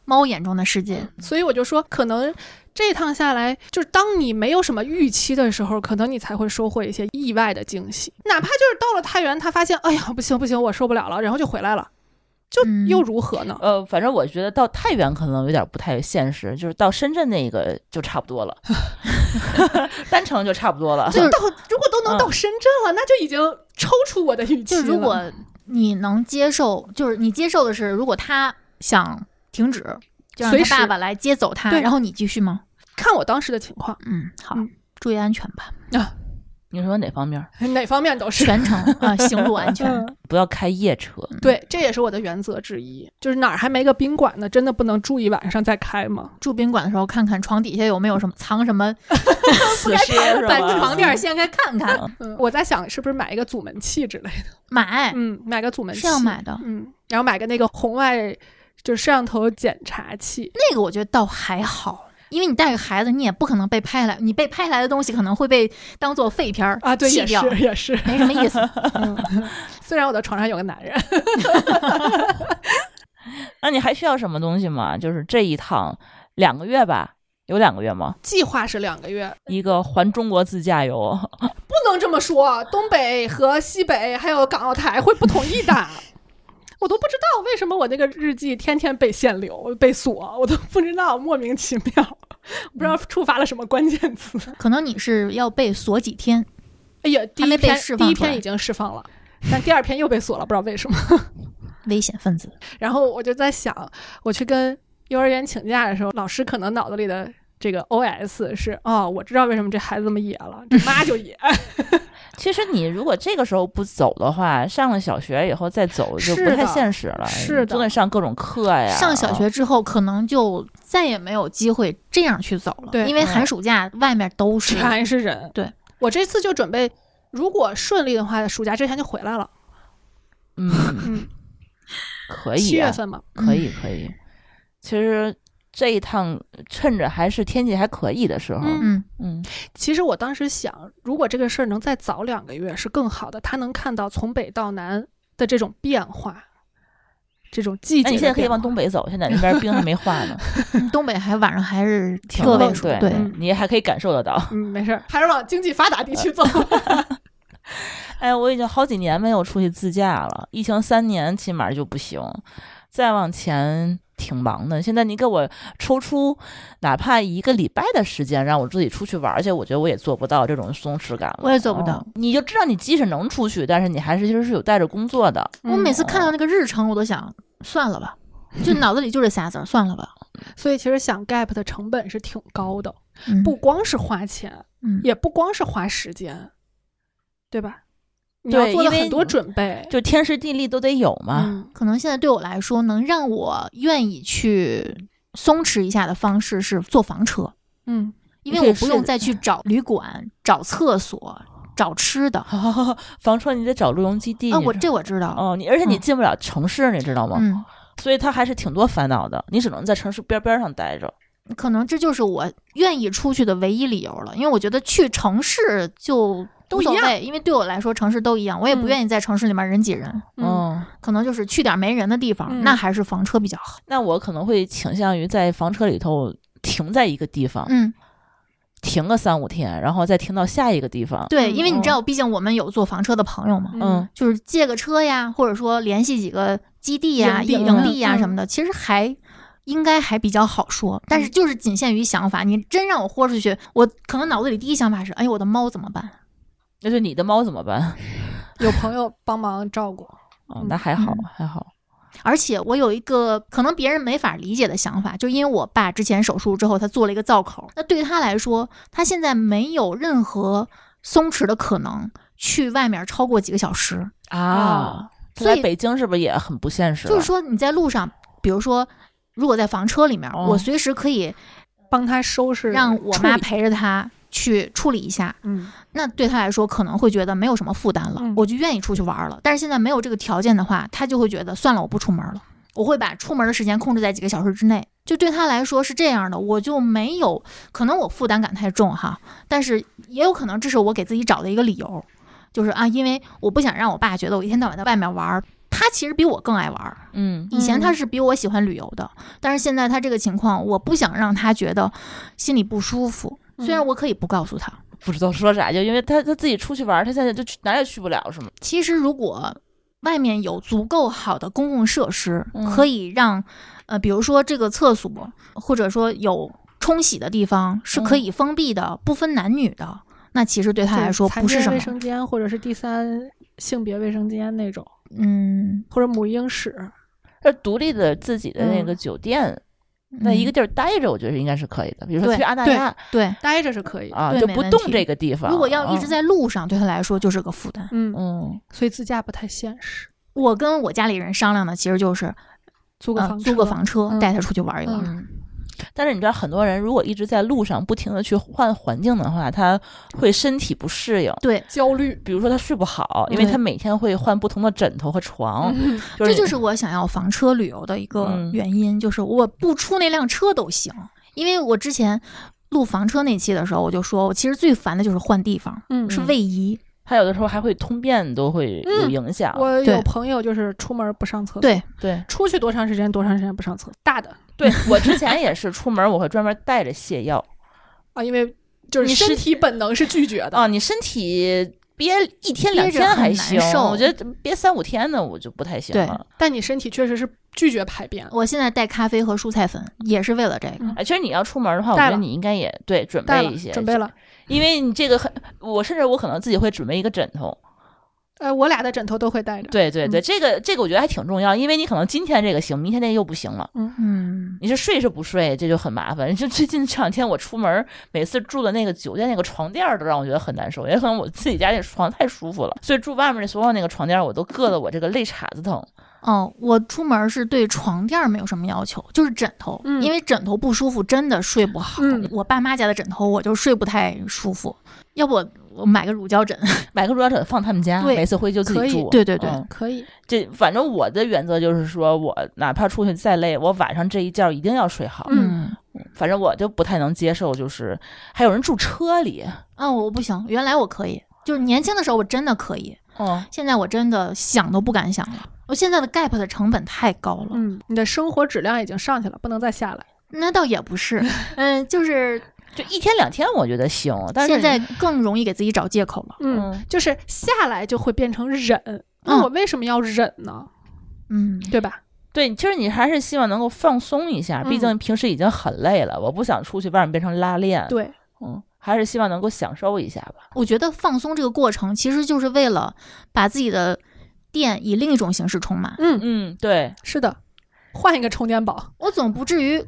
B: 猫眼中的世界。
D: 所以我就说，可能这趟下来，就是当你没有什么预期的时候，可能你才会收获一些意外的惊喜。哪怕就是到了太原，他发现，哎呀，不行不行，我受不了了，然后就回来了，就
B: 嗯
D: 又如何呢？
C: 呃，反正我觉得到太原可能有点不太现实，就是到深圳那个就差不多 了，单程就差不多了。
B: 就是
D: 到如果都
C: 嗯
D: 能到深圳了，那就已经超出我的预期
B: 就
D: 了。
B: 如果你能接受，就是你接受的是，如果他想停止，就让
D: 随
B: 他
D: 时
B: 爸爸来接走他，
D: 对
B: 然后你继续吗？
D: 看我当时的情况，
B: 嗯，好，
D: 嗯
B: 注意安全吧，
C: 你说哪方面？
D: 哪方面都是。
B: 全 程啊、行路安全。
D: 嗯
C: 不要开夜车。
D: 对，这也是我的原则之一，就是哪儿还没个宾馆呢，真的不能住一晚上再开吗？
B: 住宾馆的时候，看看床底下有没有什么藏什么，
C: 死尸是
B: 把
C: 吧？
B: 床垫掀开看看。
D: 嗯，我在想是不是买一个阻门器之类的，
B: 买
D: 嗯，买个阻门器
B: 哎是要，买的，
D: 嗯，然后买个那个红外就是摄像头检查器，
B: 那个我觉得倒还好，因为你带个孩子，你也不可能被拍下来，你被拍下来的东西可能会被当做废片儿
D: 啊，对，
B: 弃
D: 也
B: 掉，
D: 是也是，
B: 没什么意思。
D: 嗯，虽然我的床上有个男人，
C: 那你还需要什么东西吗？就是这一趟两个月吧，有两个月吗？
D: 计划是两个月，
C: 一个环中国自驾游，
D: 不能这么说，东北和西北还有港澳台会不统一的。 我都不知道为什么我那个日记天天被限流、被锁，我都不知道，莫名其妙，不知道触发了什么关键词。
B: 可能你是要被锁几天，
D: 哎呀，第
B: 还
D: 一
B: 没被
D: 篇
B: 释放
D: 第一
B: 出来
D: 篇已经释放了，但第二篇又被锁了，不知道为什么。
B: 危险分子。
D: 然后我就在想，我去跟幼儿园请假的时候，老师可能脑子里的这个 OS 是：哦，我知道为什么这孩子这么野了，这妈就野。
C: 其实你如果这个时候不走的话，上了小学以后再走就是不太
D: 的
C: 现实了，
D: 是的
C: 就得上各种课哎呀。
B: 上小学之后，可能就再也没有机会这样去走了，
D: 对
B: 因为
C: 嗯
B: 寒暑假外面都是。
D: 全 是人。
B: 对
D: 我这次就准备，如果顺利的话，暑假之前就回来了。
C: 嗯，
D: 嗯，
C: 可以、啊。
D: 七月份嘛，
C: 可以可以。其实这一趟趁着还是天气还可以的时候，
D: 嗯
B: 嗯，
C: 嗯
D: 其实我当时想，如果这个事儿能再早两个月是更好的，他能看到从北到南的这种变化。这种季
C: 那
D: 节的变化。
C: 你现在可以往东北走，现在那边冰还没化呢，
B: 东北还晚上还是
C: 挺
B: 个
C: 冷
B: 位数，
C: 对，
B: 对，
D: 嗯
C: 你还可以感受得到。
D: 嗯，没事儿，还是往经济发达地 区走。
C: 哎，我已经好几年没有出去自驾了，疫情三年起码就不行，再往前挺忙的。现在你给我抽出哪怕一个礼拜的时间让我自己出去玩儿去，我觉得我也做不到这种松弛感了。
B: 我也做不到
D: 哦
C: 嗯你就知道你即使能出去，但是你还是其实是有带着工作的。
B: 我
D: 嗯
B: 每次看
D: 哦
B: 到那个日程，我都想算了吧，就脑子里就这仨字儿，算了 吧。
D: 所以其实想 gap 的成本是挺高的，
B: 嗯
D: 不，光是花钱，
B: 嗯
D: 也不光是花时间，对吧？你
C: 对
D: 要做了
C: 因为
D: 很多准备。
C: 就天时地利都得有嘛。
D: 嗯，
B: 可能现在对我来说，能让我愿意去松弛一下的方式是坐房车，
D: 嗯，
B: 因
C: 你可
B: 为
C: 以
B: 我不用
C: 试
B: 再去找旅馆、找厕所、找吃的。
C: 房车你得找露营基地。
B: 啊，
C: 你
B: 我
C: 知
B: 这我知道，
C: 嗯哦，你而且你
B: 嗯
C: 进不了城市，你知道吗？
B: 嗯，
C: 所以它还是挺多烦恼的，你只能在城市边边上待着。
B: 可能这就是我愿意出去的唯一理由了，因为我觉得去城市就。
D: 都
B: 无所
D: 一样
B: 谓，因为对我来说城市都一样，我也不
D: 嗯
B: 愿意在城市里面人挤人，
D: 嗯，
C: 嗯
B: 可能就是去点儿没人的地方，
D: 嗯
B: 那还是房车比较好。
C: 那我可能会倾向于在房车里头停在一个地方，
B: 嗯，
C: 停个三五天，然后再停到下一个地方。
B: 对，
D: 嗯
B: 因为你知
C: 哦
B: 道，毕竟我们有坐房车的朋友嘛，
C: 嗯，
B: 就是借个车呀，或者说联系几个基地呀、
D: 营地
B: 营
C: 嗯
B: 地呀
D: 嗯
B: 什么的，其实还应该还比较好说。但
D: 嗯
B: 是就是仅限于想法，你真让我豁出去，我可能脑子里第一想法是：哎呦，我的猫怎么办？
C: 那就你的猫怎么办？
D: 有朋友帮忙照顾，
C: 哦
D: 嗯，
C: 那还好
B: 嗯，
C: 还好。
B: 而且我有一个可能别人没法理解的想法，就因为我爸之前手术之后，他做了一个造口，那对于他来说，他现在没有任何松弛的可能，去外面超过几个小时。
D: 啊，
B: 所
C: 在
B: 以
C: 北京是不是也很不现实？
B: 就是，说你在路上，比如说如果在房车里面，
C: 哦
B: 我随时可以
D: 帮他收拾，
B: 让我
D: 处
B: 妈
D: 理
B: 陪着他去处理一下，
D: 嗯
B: 那对他来说可能会觉得没有什么负担了，
D: 嗯
B: 我就愿意出去玩了。但是现在没有这个条件的话，他就会觉得算了，我不出门了，我会把出门的时间控制在几个小时之内。就对他来说是这样的，我就没有可能我负担感太重哈，但是也有可能这是我给自己找的一个理由，就是啊，因为我不想让我爸觉得我一天到晚在外面玩儿，他其实比我更爱玩儿，
C: 嗯，
B: 以前他
D: 嗯
B: 是比我喜欢旅游的，但是现在他这个情况，我不想让他觉得心里不舒服。虽然
D: 嗯
B: 我可以不告诉他，
C: 不知道说啥，就因为他他自己出去玩，他现在就去哪儿也去不了，是吗？
B: 其实如果外面有足够好的公共设施，
C: 嗯
B: 可以让呃，比如说这个厕所，或者说有冲洗的地方是可
C: 嗯
B: 以封闭的，不分男女的，那其实对他来说
D: 对
B: 不是什
D: 残健
B: 么
D: 卫，生间或者是第三性别卫生间那种，
B: 嗯，
D: 或者母婴室，
C: 他独立的自己的那个
D: 嗯
C: 酒店，在一个
B: 嗯
C: 地儿待着，我觉得应该是可以的。比如说
B: 对
C: 去阿那
D: 对
C: 亚
B: 对。
D: 待着是可以。
C: 啊，
B: 对
C: 就
B: 没
C: 不
B: 问
C: 动
B: 题
C: 这个地方。
B: 如果要一直
C: 嗯，
B: 在路上，对他来说就是个负担。
D: 嗯，
C: 嗯，
D: 所以自驾不太现实，
B: 我跟我家里人商量的，其实就是
D: 租个
B: 呃
D: 房，
B: 租个，房车，
D: 嗯
B: 带他出去玩一玩。
C: 嗯，但是你知道，很多人如果一直在路上不停的去换环境的话，他会身体不适应。
B: 对，
D: 焦虑。
C: 比如说他睡不好，因为
B: 对
C: 他每天会换不同的枕头和
B: 哦
C: 床，
D: 嗯
B: 这就是是我想要房车旅游的一个
C: 嗯
B: 原因，就是我不出那辆车都行，因为我之前录房车那期的时候，我就说我其实最烦的就是换地方，
D: 嗯
B: 是位移。
C: 他有的时候还会通便都会有影响。
D: 我
B: 对
D: 有朋友就是出门不上厕所，
B: 对，
C: 对，
D: 出去多长时间多长时间不上厕所，大的
C: 对我之前也是出门我会专门带着泻药
D: 啊，因为就是
C: 你是
D: 身体本能是拒绝的
C: 啊，，你身体。憋一天两
B: 憋着
C: 天还
B: 很
C: 行
B: 难，受
C: 我觉得憋三五天呢，我就不太行
B: 对
C: 了。
D: 但你身体确实是拒绝排便，
B: 我现在带咖啡和蔬菜粉也是为了这个。
D: 嗯
C: 哎，其实你要出门的话，我
D: 带
C: 觉得
D: 了
C: 你应该也对准
D: 带
C: 备
D: 了
C: 一些，
D: 准备了。
C: 因为你这个很，我甚至我可能自己会准备一个枕头，
D: 呃，我俩的枕头都会带着，
C: 对对对，
D: 嗯
C: 这个这个我觉得还挺重要，因为你可能今天这个行，明天那又不行了。
B: 嗯，
C: 你是睡是不睡，这就很麻烦。就最近这两天我出门，每次住的那个酒店那个床垫儿都让我觉得很难受，也可能我自己家那床太舒服了，所以住外面那所有那个床垫儿我都硌得我这个肋叉子疼。
B: 哦，我出门是对床垫儿没有什么要求，就是枕头，
D: 嗯
B: 因为枕头不舒服，真的睡不好。
D: 嗯
B: 我爸妈家的枕头我就睡不太舒服，要不我我买个乳胶枕。
C: 买个乳胶枕放他们家，
B: 对
C: 每次回去就自
D: 可
C: 己
D: 以
C: 住。
B: 对对对
C: 嗯
D: 可以。
C: 这反正我的原则就是说，我哪怕出去再累，我晚上这一觉一定要睡好。
D: 嗯，
C: 反正我就不太能接受，就是还有人住车里。
B: 哦啊、我不行，原来我可以，就是年轻的时候我真的可以，
C: 嗯，
B: 现在我真的想都不敢想了，我现在的 gap 的成本太高了。
D: 嗯，你的生活质量已经上去了，不能再下来。
B: 那倒也不 是，嗯，就是
C: 就一天两天我觉得行，但是
B: 现在更容易给自己找借口了。
D: 嗯，
C: 嗯，
D: 就是下来就会变成忍。那
B: 嗯
D: 我为什么要忍呢？
B: 嗯，
D: 对吧？
C: 对，其实你还是希望能够放松一下，毕
D: 嗯
C: 竟平时已经很累了，我不想出去外面变成拉练。，
D: 对，
C: 嗯，还是希望能够享受一下吧。
B: 我觉得放松这个过程其实就是为了把自己的电以另一种形式充满，
D: 嗯，
C: 嗯，对，
D: 是的，换一个充电宝。
B: 我总不至于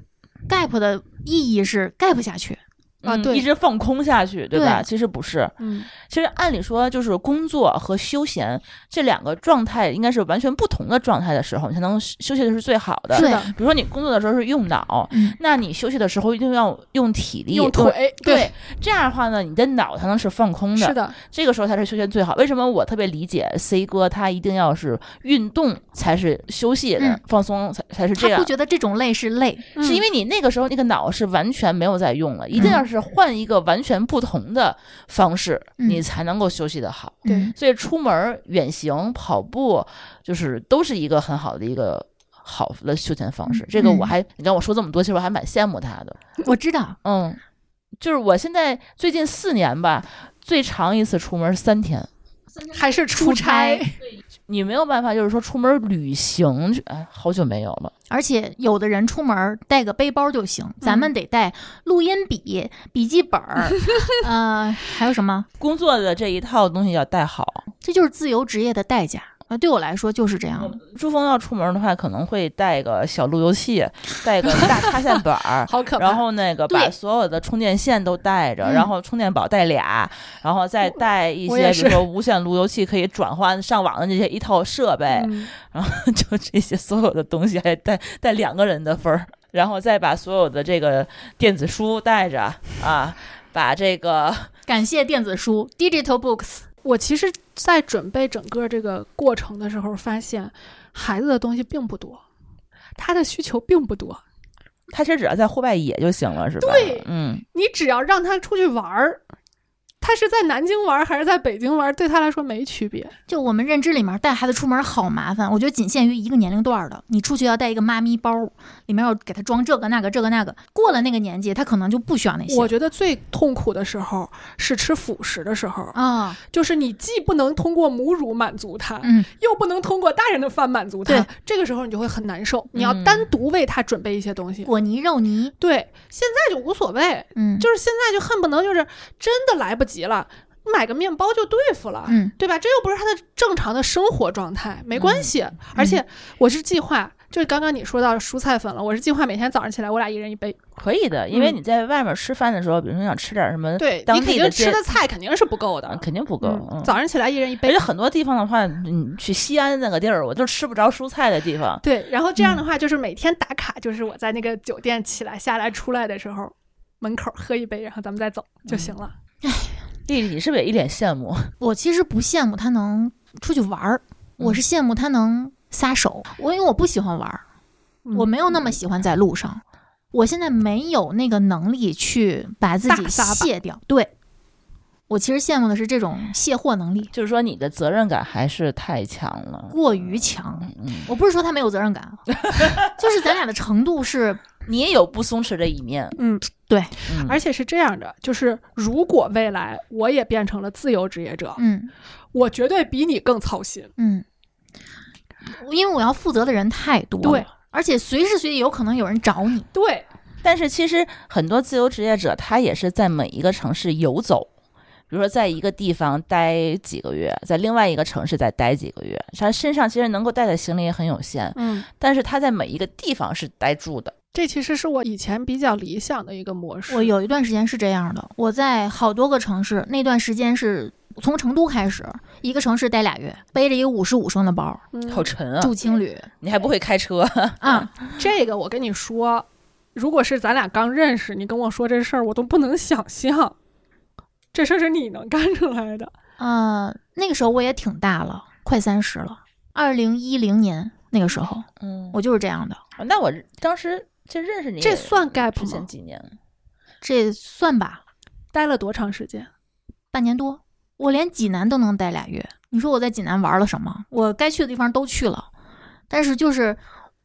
B: gap 的意义是 gap 下去。
D: 啊
C: 嗯
D: 对
C: 一直放空下去，对吧？
B: 对
C: 其实不是，
D: 嗯
C: 其实按理说，就是工作和休闲这两个状态应该是完全不同的状态的时候，你才能休休息的是最好的。
B: 对
D: 的
C: 比如说你工作的时候是用脑，
B: 嗯
C: 那你休息的时候一定要用体力，
D: 用腿，
C: 对，这样的话呢，你的脑才能是放空的，
D: 是的，
C: 这个时候才是休闲最好。为什么我特别理解 C 哥，他一定要是运动才是休息的、
B: 嗯
C: 放松才才是这
B: 他
C: 样
B: 不。觉嗯得这种累是累，
C: 是因
D: 为
C: 为你那个时候那个脑是完全没有在用了，一定要是换一个完全不同的方式，
B: 嗯
C: 你才能够休息的好。
D: 对
B: 嗯
C: 所以出门儿远行、跑步，就是都是一个很好的一个好的休闲方式。这个我
B: 嗯
C: 还，你跟我说这么多，其实我还蛮羡慕他的。
B: 我知道，
C: 嗯，就是我现在最近四年吧，最长一次出门三天。
D: 嗯还是出差，，
B: 出
C: 你没有办法，就是说出门旅行去，哎，好久没有了。
B: 而且有的人出门带个背包就行，咱
C: 嗯
B: 们得带录音笔、笔记本 儿，呃，还有什么？
C: 工作的这一套东西要带好。
B: 这就是自由职业的代价啊！对我来说就是这样的。
C: 珠峰要出门的话，可能会带个小路由 器，带个大插线板儿
D: 好可怕。
C: 然后那个
B: 对
C: 把所有的充电线都带着，
B: 嗯
C: 然后充电宝带俩，然后再带一
D: 我
C: 些
D: 也
C: 比
D: 是
C: 如说无线路由器可以转换上网的这些一套设备，
D: 嗯
C: 就这些所有的东西，还带带两个人的份儿，然后再把所有的这个电子书带着啊，把这个
B: 感谢电子书 Digital Books，
D: 我其实，在准备整个这个过程的时候，发现孩子的东西并不多，他的需求并不多。
C: 他其实只要在户外野就行了，是吧？
D: 对
C: 嗯，
D: 你只要让他出去玩儿，他是在南京玩儿还是在北京玩儿，对他来说没区别。
B: 就我们认知里面带孩子出门好麻烦，我觉得仅限于一个年龄段儿的。你出去要带一个妈咪包，里面要给他装这个那个这个那个。过了那个年纪，他可能就不需要那些。
D: 我觉得最痛苦的时候是吃辅食的时候，
B: 啊，
D: 就是你既不能通过母乳满足他，
B: 嗯，
D: 又不能通过大人的饭满足他
B: 对，
D: 这个时候你就会很难受。你要
C: 嗯
D: 单独为他准备一些东西，
B: 果泥肉泥，
D: 对，现在就无所谓，
B: 嗯，
D: 就是现在就恨不能就是真的来不及了，买个面包就对付了，
B: 嗯
D: 对吧？这又不是他的正常的生活状
C: 嗯
D: 态，没关系。而且我是计划，就是刚刚你说到蔬菜粉了，我是计划每天早上起来我俩一人一杯。
C: 可以的，因为
D: 嗯
C: 你在外面吃饭的时候，比如说你想吃点什么，
D: 对
C: 嗯当
D: 你肯
C: 地的
D: 定吃
C: 街
D: 的菜肯定是不够
C: 啊
D: 的，
C: 肯定不够。
D: 嗯
C: 嗯，
D: 早上起来一人一
C: 而
D: 杯
C: 且。很多地方的话，你去西安那个地儿，我就吃不着蔬菜的地方。
D: 对，然后这
C: 嗯
D: 样的话就是每天打卡，就是我在那个酒店起来下来出来的时候，门口喝一杯，然后咱们再走就行了。
C: 丽丽，你是不是也一脸羡慕？
B: 我其实不羡慕他能出去玩儿，我是羡慕他能撒手。我因为我不喜欢玩儿，
C: 嗯
D: 嗯
B: 我没有那么喜欢在路上。我现在没有那个能力去把自己
D: 大撒把
B: 卸掉。对，我其实羡慕的是这种卸货能力
C: 就是说你的责任感还是太强了。
B: 过于强。
C: 嗯，
B: 我不是说他没有责任 感，啊就是咱俩的程度是，
C: 你也有不松弛的一面。
D: 嗯，
C: 嗯、
D: 而且是这样的，就是如果未来我也变成了自由职业者，
B: 嗯
D: 我绝对比你更操心。
B: 嗯，因为我要负责的人太多了
D: 对，
B: 而且随时随地有可能有人找你。
D: 对，
C: 但是其实很多自由职业者，他也是在每一个城市游走，比如说在一个地方待几个月，在另外一个城市再待几个月，他身上其实能够带的行李也很有限，
D: 嗯，
C: 但是他在每一个地方是待住的。
D: 这其实是我以前比较理想的一个模式。
B: 我有一段时间是这样的，我在好多个城市，那段时间是从成都开始，一个城市待俩月，背着一个五十五升的包，
D: 嗯
C: 好沉啊！
B: 住青旅
C: 你还不会开车？
B: 啊，
D: 这个我跟你说，如果是咱俩刚认识，你跟我说这事儿，我都不能想象，这事儿是你能干出来的。
B: 呃，那个时候我也挺大了，快三十了，二零一零年那个时候，
C: 嗯，
B: 我就是这样的，
C: 那我当时就认识你，
D: 这算 gap
C: 之前
D: 吗
C: 几年？
B: 这算吧，
D: 待了多长时间？
B: 半年多，我连济南都能待俩月，你说我在济南玩了什么？我该去的地方都去了，但是就是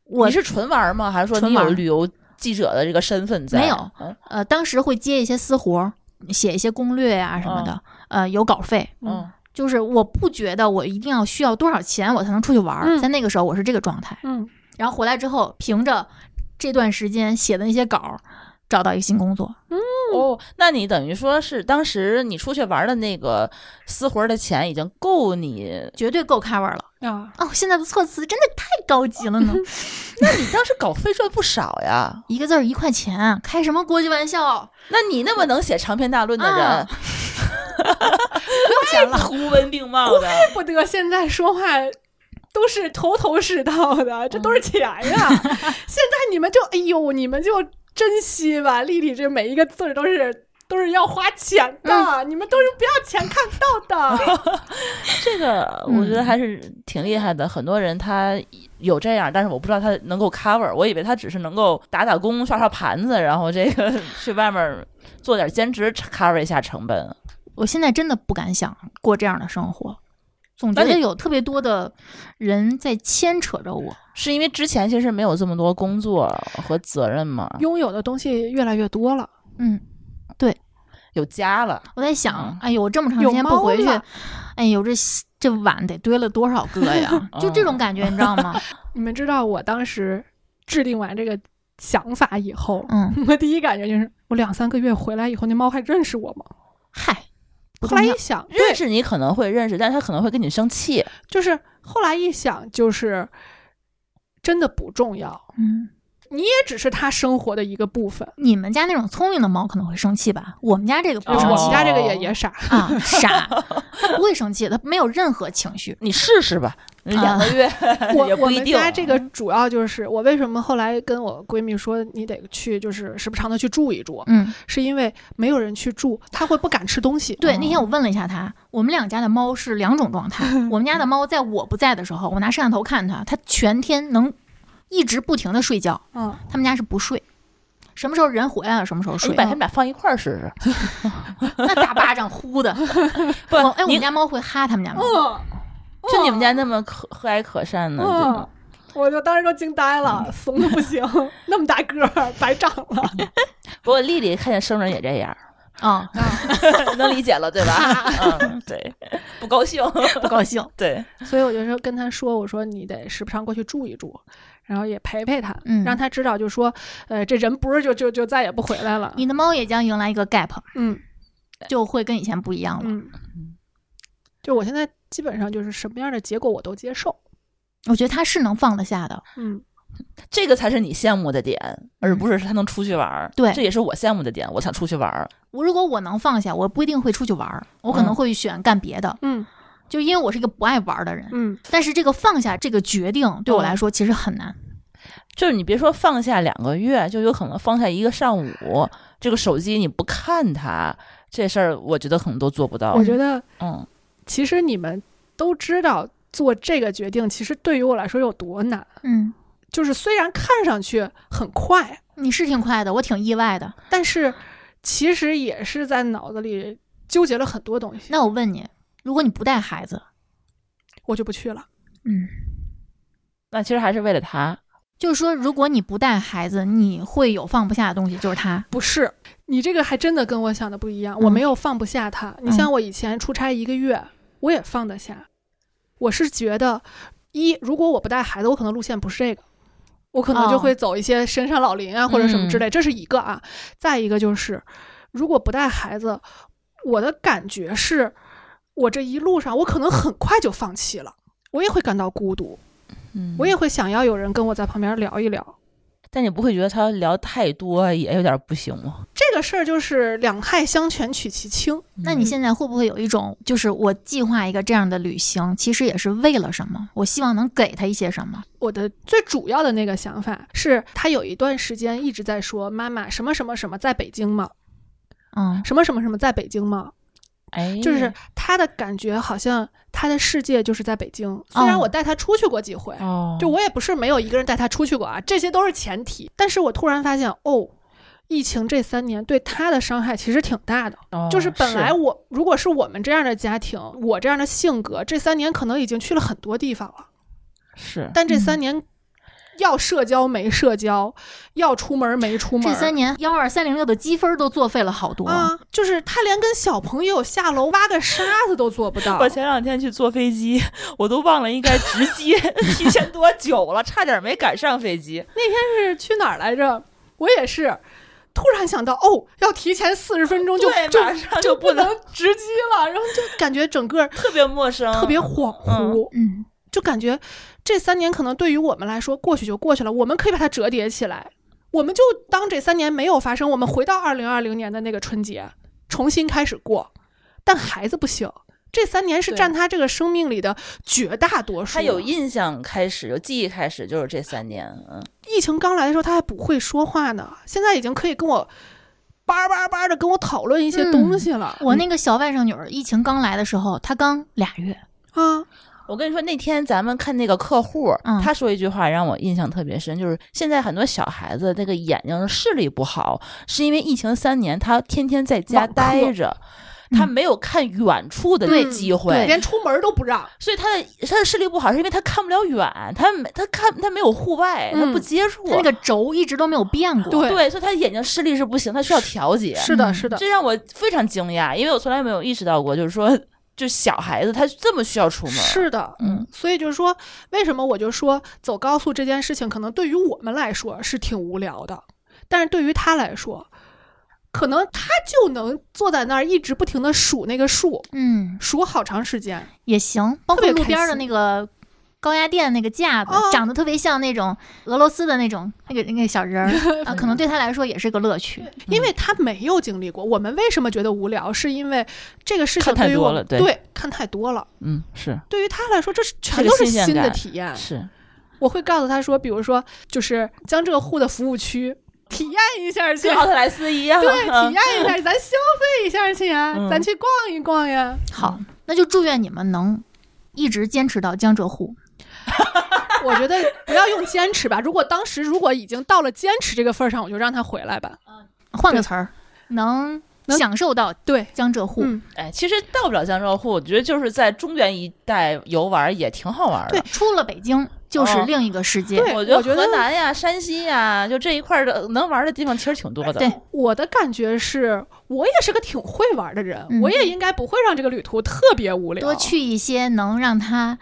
B: 我
C: 你是纯玩儿吗？还是说
B: 纯
C: 你有
B: 玩儿
C: 旅游记者的这个身份在？
B: 没有
C: 嗯，
B: 呃，当时会接一些私活儿，写一些攻略啊什么的，
C: 哦
B: 呃，有稿费。
C: 嗯，
B: 就是我不觉得我一定要需要多少钱我才能出去玩儿，
D: 嗯
B: 在那个时候我是这个状态。
D: 嗯，
B: 然后回来之后，凭着这段时间写的那些稿儿，找到一个新工作。
C: 哦，那你等于说是当时你出去玩儿的那个私活儿的钱已经够你？
B: 绝对够 cover 了
D: 啊，
B: 哦！现在的措辞真的太高级了呢，
C: 那你当时稿费赚不少呀？
B: 一个字儿一块钱，开什么国际玩笑？
C: 那你那么能写长篇大论的人，
B: 啊
C: 不要讲 了，图文并茂的。
D: 不得现在说话都是头头是道的，这都是钱呀、现在你们就哎呦，你们就珍惜吧，丽丽这每一个字儿都是。都是要花钱的，你们都是不要钱看到的。
C: 这 个我觉得还是挺厉害的，很多人他有这样，但是我不知道他能够 cover。我以为他只是能够打打工、刷刷盘子，然后这个去外面做点兼职 cover 一下成本。
B: 我现在真的不敢想过这样的生活，总觉
C: 那
B: 得
C: 你
B: 有特别多的人在牵扯着我。
C: 是因为之前其实没有这么多工作和责任嘛，
D: 拥有的东西越来越多了，
B: 嗯，
C: 有家了，
B: 我在想
C: 嗯，？
B: 哎呦，我这么长
D: 有
B: 时间
D: 猫
B: 不回去
D: 了，
B: 哎呦，这这碗得堆了多少个 呀就这种感觉，你知道 吗？
D: 你们知道我当时制定完这个想法以后，
B: 嗯，
D: 我第一感觉就是，我两三个月回来以后，那猫还认识我吗？
B: 嗨，不
D: 后
B: 重
D: 来
B: 要
D: 一。想，对
C: 认，识你可能会认识，但是他可能会跟你生气。
D: 就是后来一想，就是真的不重要，
B: 嗯，
D: 你也只是它生活的一个部分。
B: 你们家那种聪明的猫可能会生气吧？我们家这个不
C: 哦
B: 生
D: 我
B: 气
D: 们家这个也
C: 哦
D: 也 傻，
B: 啊，傻，它不会生气，它没有任何情绪。
C: 你试试吧，两个月、
D: 我
C: 也
D: 我
C: 不一
D: 们
C: 定。
D: 家这个主要就是我为什么后来跟我闺蜜说你得去，就是时不常的去住一住，
B: 嗯，
D: 是因为没有人去住，她会不敢吃东西。
B: 对，
C: 哦
B: 那天我问了一下他，我们两家的猫是两种状态。我们家的猫在我不在的时候，我拿摄像头看它，它全天能一直不停的睡觉。
D: 嗯，
B: 他们家是不睡，什么时候人回来了，什么时候
C: 哎 你
B: 睡哦
C: 把。他们俩放一块儿试试，
B: 那大巴掌呼的，
C: 不
B: 我，哎，我
C: 你
B: 们家猫会哈他们家
D: 嗯
B: 猫。
C: 就你们家那么和和蔼可善呢，真的
D: 嗯，我就当时都惊呆
C: 嗯
D: 了，怂的不行， 那么大个儿白长 了。
C: 不过丽丽看见生人也这样，
B: 啊、
D: 嗯
C: 能理解了对吧？ 嗯，对，不高兴，
B: 不高兴。
C: 对，
D: 所以我就说跟他说，我说你得时不常过去住一住，然后也陪陪他，
B: 嗯
D: 让他知道，就说，呃，这人不是就就就再也不回来了。
B: 你的猫也将迎来一个 gap，
D: 嗯
B: 就会跟以前不一样了。
D: 嗯，就我现在基本上就是什么样的结果我都接受。
B: 我觉得它是能放得下的。
D: 嗯，
C: 这个才是你羡慕的点，而不是他能出去玩儿。
B: 对
C: 这也是我羡慕的点，我想出去玩儿。
B: 我如果我能放下，我不一定会出去玩儿，我可能
C: 嗯
B: 会选干别的。
D: 嗯
B: 就因为我是一个不爱玩儿的人，
D: 嗯，
B: 但是这个放下这个决定对我来说其实很难。
C: 就是你别说放下两个月，就有可能放下一个上午，这个手机你不看它，这事儿我觉得可能都做不到
D: 我。觉得
C: 嗯，
D: 其实你们都知道做这个决定，其实对于我来说有多难。
B: 嗯，
D: 就是虽然看上去很快，
B: 你是挺快的，我挺意外的。
D: 但是其实也是在脑子里纠结了很多东西。
B: 那我问你，如果你不带孩子，
D: 我就不去了。
B: 嗯，
C: 那其实还是为了他。
B: 就是说如果你不带孩子，你会有放不下的东西，就是他。
D: 不是，你这个还真的跟我想的不一样。我
B: 嗯
D: 没有放不下他。你
B: 嗯
D: 像我以前出差一个月，我也放得下。我是觉得，一如果我不带孩子，我可能路线不是这个，我可能就
B: 哦
D: 会走一些深山老
B: 嗯
D: 林啊、或者什么之类，这是一个啊。再一个就是，如果不带孩子，我的感觉是，我这一路上我可能很快就放弃了，我也会感到孤独，
C: 嗯
D: 我也，会想要有人跟我在旁边聊一聊。
C: 但你不会觉得他聊太多也有点不行吗？
D: 这个事儿就是两害相权取其轻。
B: 那你现在会不会有一种，就是我计划一个这样的旅行，其实也是为了什么？我希望能给他一些什么？
D: 我的最主要的那个想法是，他有一段时间一直在说：“妈妈，什么什么什么在北京吗？
B: 嗯，
D: 什么什么什么在北京吗？”
C: 哎，
D: 就是他的感觉好像他的世界就是在北京。虽然我带他出去过几回，
C: 哦，
D: 就我也不是没有一个人带他出去过啊，这些都是前提。但是我突然发现，哦，疫情这三年对他的伤害其实挺大的。
C: 哦
D: 就是本来我如果是我们这样的家庭，我这样的性格，这三年可能已经去了很多地方了。
C: 是
D: 但这三年，要社交没社交，要出门没出门。
B: 这三年幺二三零六的积分都作废了好多。
D: 啊，就是他连跟小朋友下楼挖个沙子都做不到
C: 我。前两天去坐飞机，我都忘了应该直 接提前多久了，差点没赶上飞机。
D: 是去哪儿来着？我也是。突然想到，哦，要提前四十分钟就
C: 对
D: 就
C: 马上就
D: 就不
C: 不能
D: 能 直击了，然后就感觉整个
C: 特别陌生，
D: 特别恍惚，
B: 嗯，
D: 就感觉这三年可能对于我们来说过去就过去了，我们可以把它折叠起来，我们就当这三年没有发生，我们回到二零二零年的那个春节，重新开始过。但孩子不行，这三年是
C: 对
D: 占他这个生命里的绝大多数。
C: 他有印象开始，有记忆开始，就是这三年。嗯，
D: 疫情刚来的时候，他还不会说话呢，现在已经可以跟我叭叭叭的跟我讨论一些
B: 嗯
D: 东西了。
B: 我那个小外甥女儿，疫情刚来的时候，她刚俩月，
D: 啊，
C: 我跟你说，那天咱们看那个客户，
B: 嗯
C: 他说一句话让我印象特别深，就是现在很多小孩子那个眼睛视力不好，是因为疫情三年，他天天在家
D: 网课
C: 待着，
B: 嗯
C: 他没有看远处的
D: 嗯对
C: 机会，
D: 连出门都不让。
C: 所以他的他的视力不好，是因为他看不了远，他没他看他没有户外，
D: 嗯
C: 他不接触，
B: 她那个轴一直都没有变过。
D: 对
C: 对，所以他的眼睛视力是不行，他需要调节。
D: 是的，
B: 嗯
D: 是的，
C: 这让我非常惊讶，因为我从来没有意识到过，就是说，就小孩子他这么需要出门，
D: 是的，
C: 嗯，
D: 所以就是说，为什么我就说走高速这件事情，可能对于我们来说是挺无聊的，但是对于他来说，可能他就能坐在那儿一直不停的数那个数，
B: 嗯，
D: 数好长时间。
B: 也行，包括
D: 特别
B: 路
D: 开
B: 边儿的
D: 心
B: 那个高压电那个架子，
D: 哦
B: 长得特别像那种俄罗斯的那种那个那个小人儿 啊，可能对她来说也是个乐趣。
C: 嗯
D: 因为他没有经历过，我们为什么觉得无聊？是因为这个事
C: 看
D: 情
C: 太
D: 对于
C: 多
D: 我
C: 了
D: 们
C: 对
D: 看太多了。
C: 嗯，是
D: 对于他来说，这是全
C: 是个
D: 都是
C: 新鲜
D: 新的
C: 感
D: 体验。
C: 是，
D: 我会告诉他说，比如说，就是江浙沪的服务区，体验一下去
C: 跟，奥特莱斯一样，
D: 对，体
C: 嗯
D: 验一下，咱消费一下去呀，
C: 嗯
D: 咱去逛一逛呀。
B: 好，那就祝愿你们能一直坚持到江浙沪。
D: 我觉得不要用坚持吧，如果当时如果已经到了坚持这个份儿上，我就让他回来吧。
B: 换个
D: 对
B: 词儿，能
D: 能
B: 享受到
D: 对，
B: 江浙沪。
D: 嗯，
C: 哎，其实到不了江浙沪，我觉得就是在中原一带游玩也挺好玩的。
B: 对，出了北京就是
C: 哦
B: 另一个世界。
D: 对
C: 我觉
D: 我觉
C: 得
D: 得
C: 河南呀、山西呀，就这一块儿的呃能玩的地方其实挺多的。
B: 对
D: 我的感觉是我也是个挺会玩的人，
B: 嗯
D: 我也应该不会让这个旅途特别无聊。
B: 多去一些能让他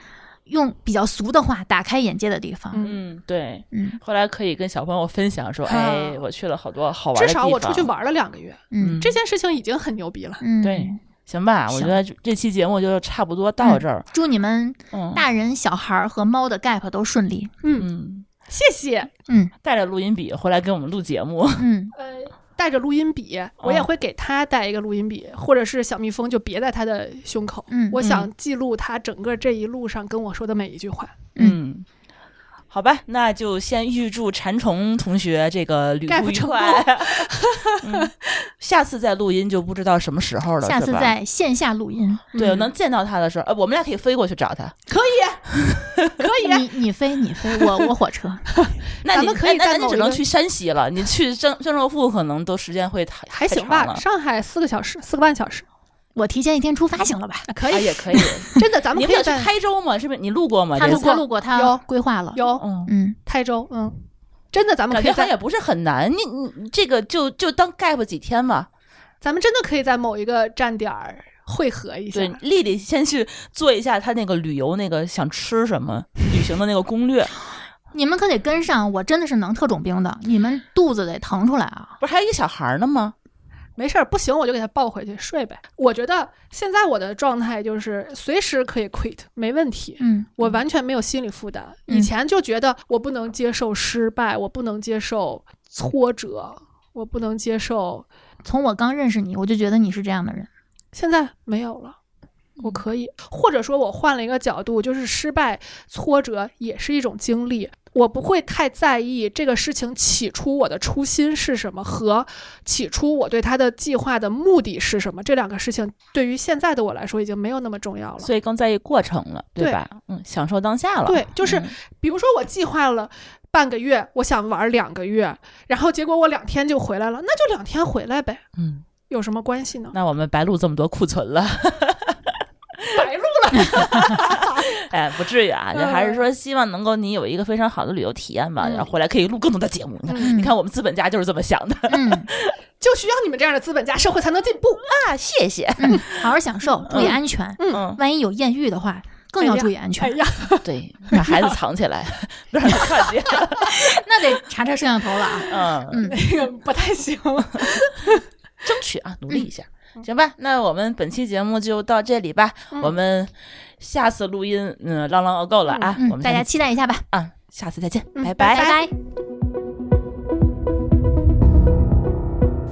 B: 用比较俗的话打开眼界的地方。
D: 嗯
C: 嗯，对。
B: 嗯
C: 后来可以跟小朋友分享说，
D: 啊
C: 哎，我去了好多好玩的
D: 至
C: 地
D: 少
C: 方。
D: 我出去，玩了两个月，
B: 嗯
C: 嗯，
D: 这件事情已经很牛逼了。
B: 嗯，
C: 对行吧？我
B: 行
C: 觉得这这期节目就差不多
D: 嗯
C: 到这儿。
B: 祝你们
C: 嗯，
B: 大人、小孩儿和猫的 gap 都顺利。
D: 嗯，
C: 嗯，
D: 谢谢。
B: 嗯
C: 带着录音笔回来给我们录节目。
B: 嗯，
D: 呃，带着录音
C: 嗯
D: 笔，我也会给他带一个录音笔，或者是小蜜蜂就别在他的胸口。
B: 嗯
D: 我想记录他整个这一路上跟我说的每一句话。
C: 嗯，好吧，那就先预祝馋虫同学这个旅
D: Gap
C: 途愉
D: 成
C: 快。 嗯，下次再录音就不知道什么时候了，
B: 下次
C: 是吧
B: 在线下录音，
C: 对、
D: 嗯
C: 能见到他的时候，呃，我们俩可以飞过去找他。
D: 可以， 可以，啊
B: 你你飞你飞，我我火 车。
C: 那
D: 咱
C: 你
D: 们可以
C: 那
D: 在
C: 那你
D: 某
C: 只
D: 一
C: 能
D: 个
C: 去山西了，你去郑郑州府可能都时间会太
D: 还
C: 太
D: 行
C: 长
D: 吧。
C: 了
D: 上海四个小时，四个半小 时，
B: 我提前一天出发行了吧？
D: 可
C: 啊
D: 以，
C: 也可以。
D: 真的， 咱
C: 你
D: 们
C: 不
D: 可以
C: 想去
D: 在
C: 台州吗？是不是你路过吗？
B: 他
C: 这
B: 路
C: 次
B: 过路过，他
D: 有
B: 规划了。
D: 有
C: 嗯。
B: 嗯，
D: 台州，嗯，真的，咱们
C: 感
D: 可
C: 觉
D: 以
C: 好像
D: 在，
C: 也不是很难，你你你这个就就当 gap 几天吧。
D: 咱们真的可以在某一个站点儿汇合一下
C: 对，。丽丽先去做一下她那个旅游那个想吃什 么旅行的那个攻略。
B: 你们可得跟上，我真的是能特种兵的，你们肚子得腾出来啊！
C: 不是还有一个小孩儿呢吗？
D: 没事儿，不行我就给他抱回去睡呗。我觉得现在我的状态就是随时可以 quit，没问题。
B: 嗯，
D: 我完全没有心理负担。
B: 嗯
D: 以前就觉得我不能接受失败，我不能接受挫折，我不能接受。
B: 从我刚认识你，我就觉得你是这样的人。
D: 现在没有了，
B: 嗯
D: 我可以，或者说我换了一个角度，就是失败、挫折也是一种经历。我不会太在意这个事情起初我的初心是什么和起初我对它的计划的目的是什么，这两个事情对于现在的我来说已经没有那么重要了。
C: 所以更在意过程了，
D: 对
C: 吧？嗯，享受当下了。
D: 对就是
C: 嗯
D: 比如说我计划了半个月，我想玩两个月，然后结果我两天就回来了，那就两天回来呗，
C: 嗯，
D: 有什么关系呢？
C: 那我们白录这么多库存了，
D: 白录
C: 哎，不至于啊，就还是说希望能够你有一个非常好的旅游体验吧，
D: 嗯
C: 然后回来可以录更多的节目。你看，
B: 嗯
C: 你看我们资本家就是这么想的
B: 嗯
D: 就需要你们这样的资本家，社会才能进步。
C: 啊，谢谢。
B: 嗯，好好享 受，注意安全。
C: 嗯，
B: 万一有艳遇的话，更要注意安
D: 哎
B: 全，
D: 呀，
C: 对，把孩子藏起 来，不让他看见。
B: 那得查查摄像头了啊。
C: 嗯，
B: 嗯，
D: 这个不太行。
C: 争取啊，努
B: 嗯
C: 力一下。行吧，那我们本期节目就到这里吧。
D: 嗯
C: 我们下次录音，嗯，浪浪 go 了啊。我
B: 嗯，
C: 们
B: 大家期待一下吧，
C: 啊，下次再见，
D: 嗯
C: 拜
B: 拜
C: 拜。
B: 拜。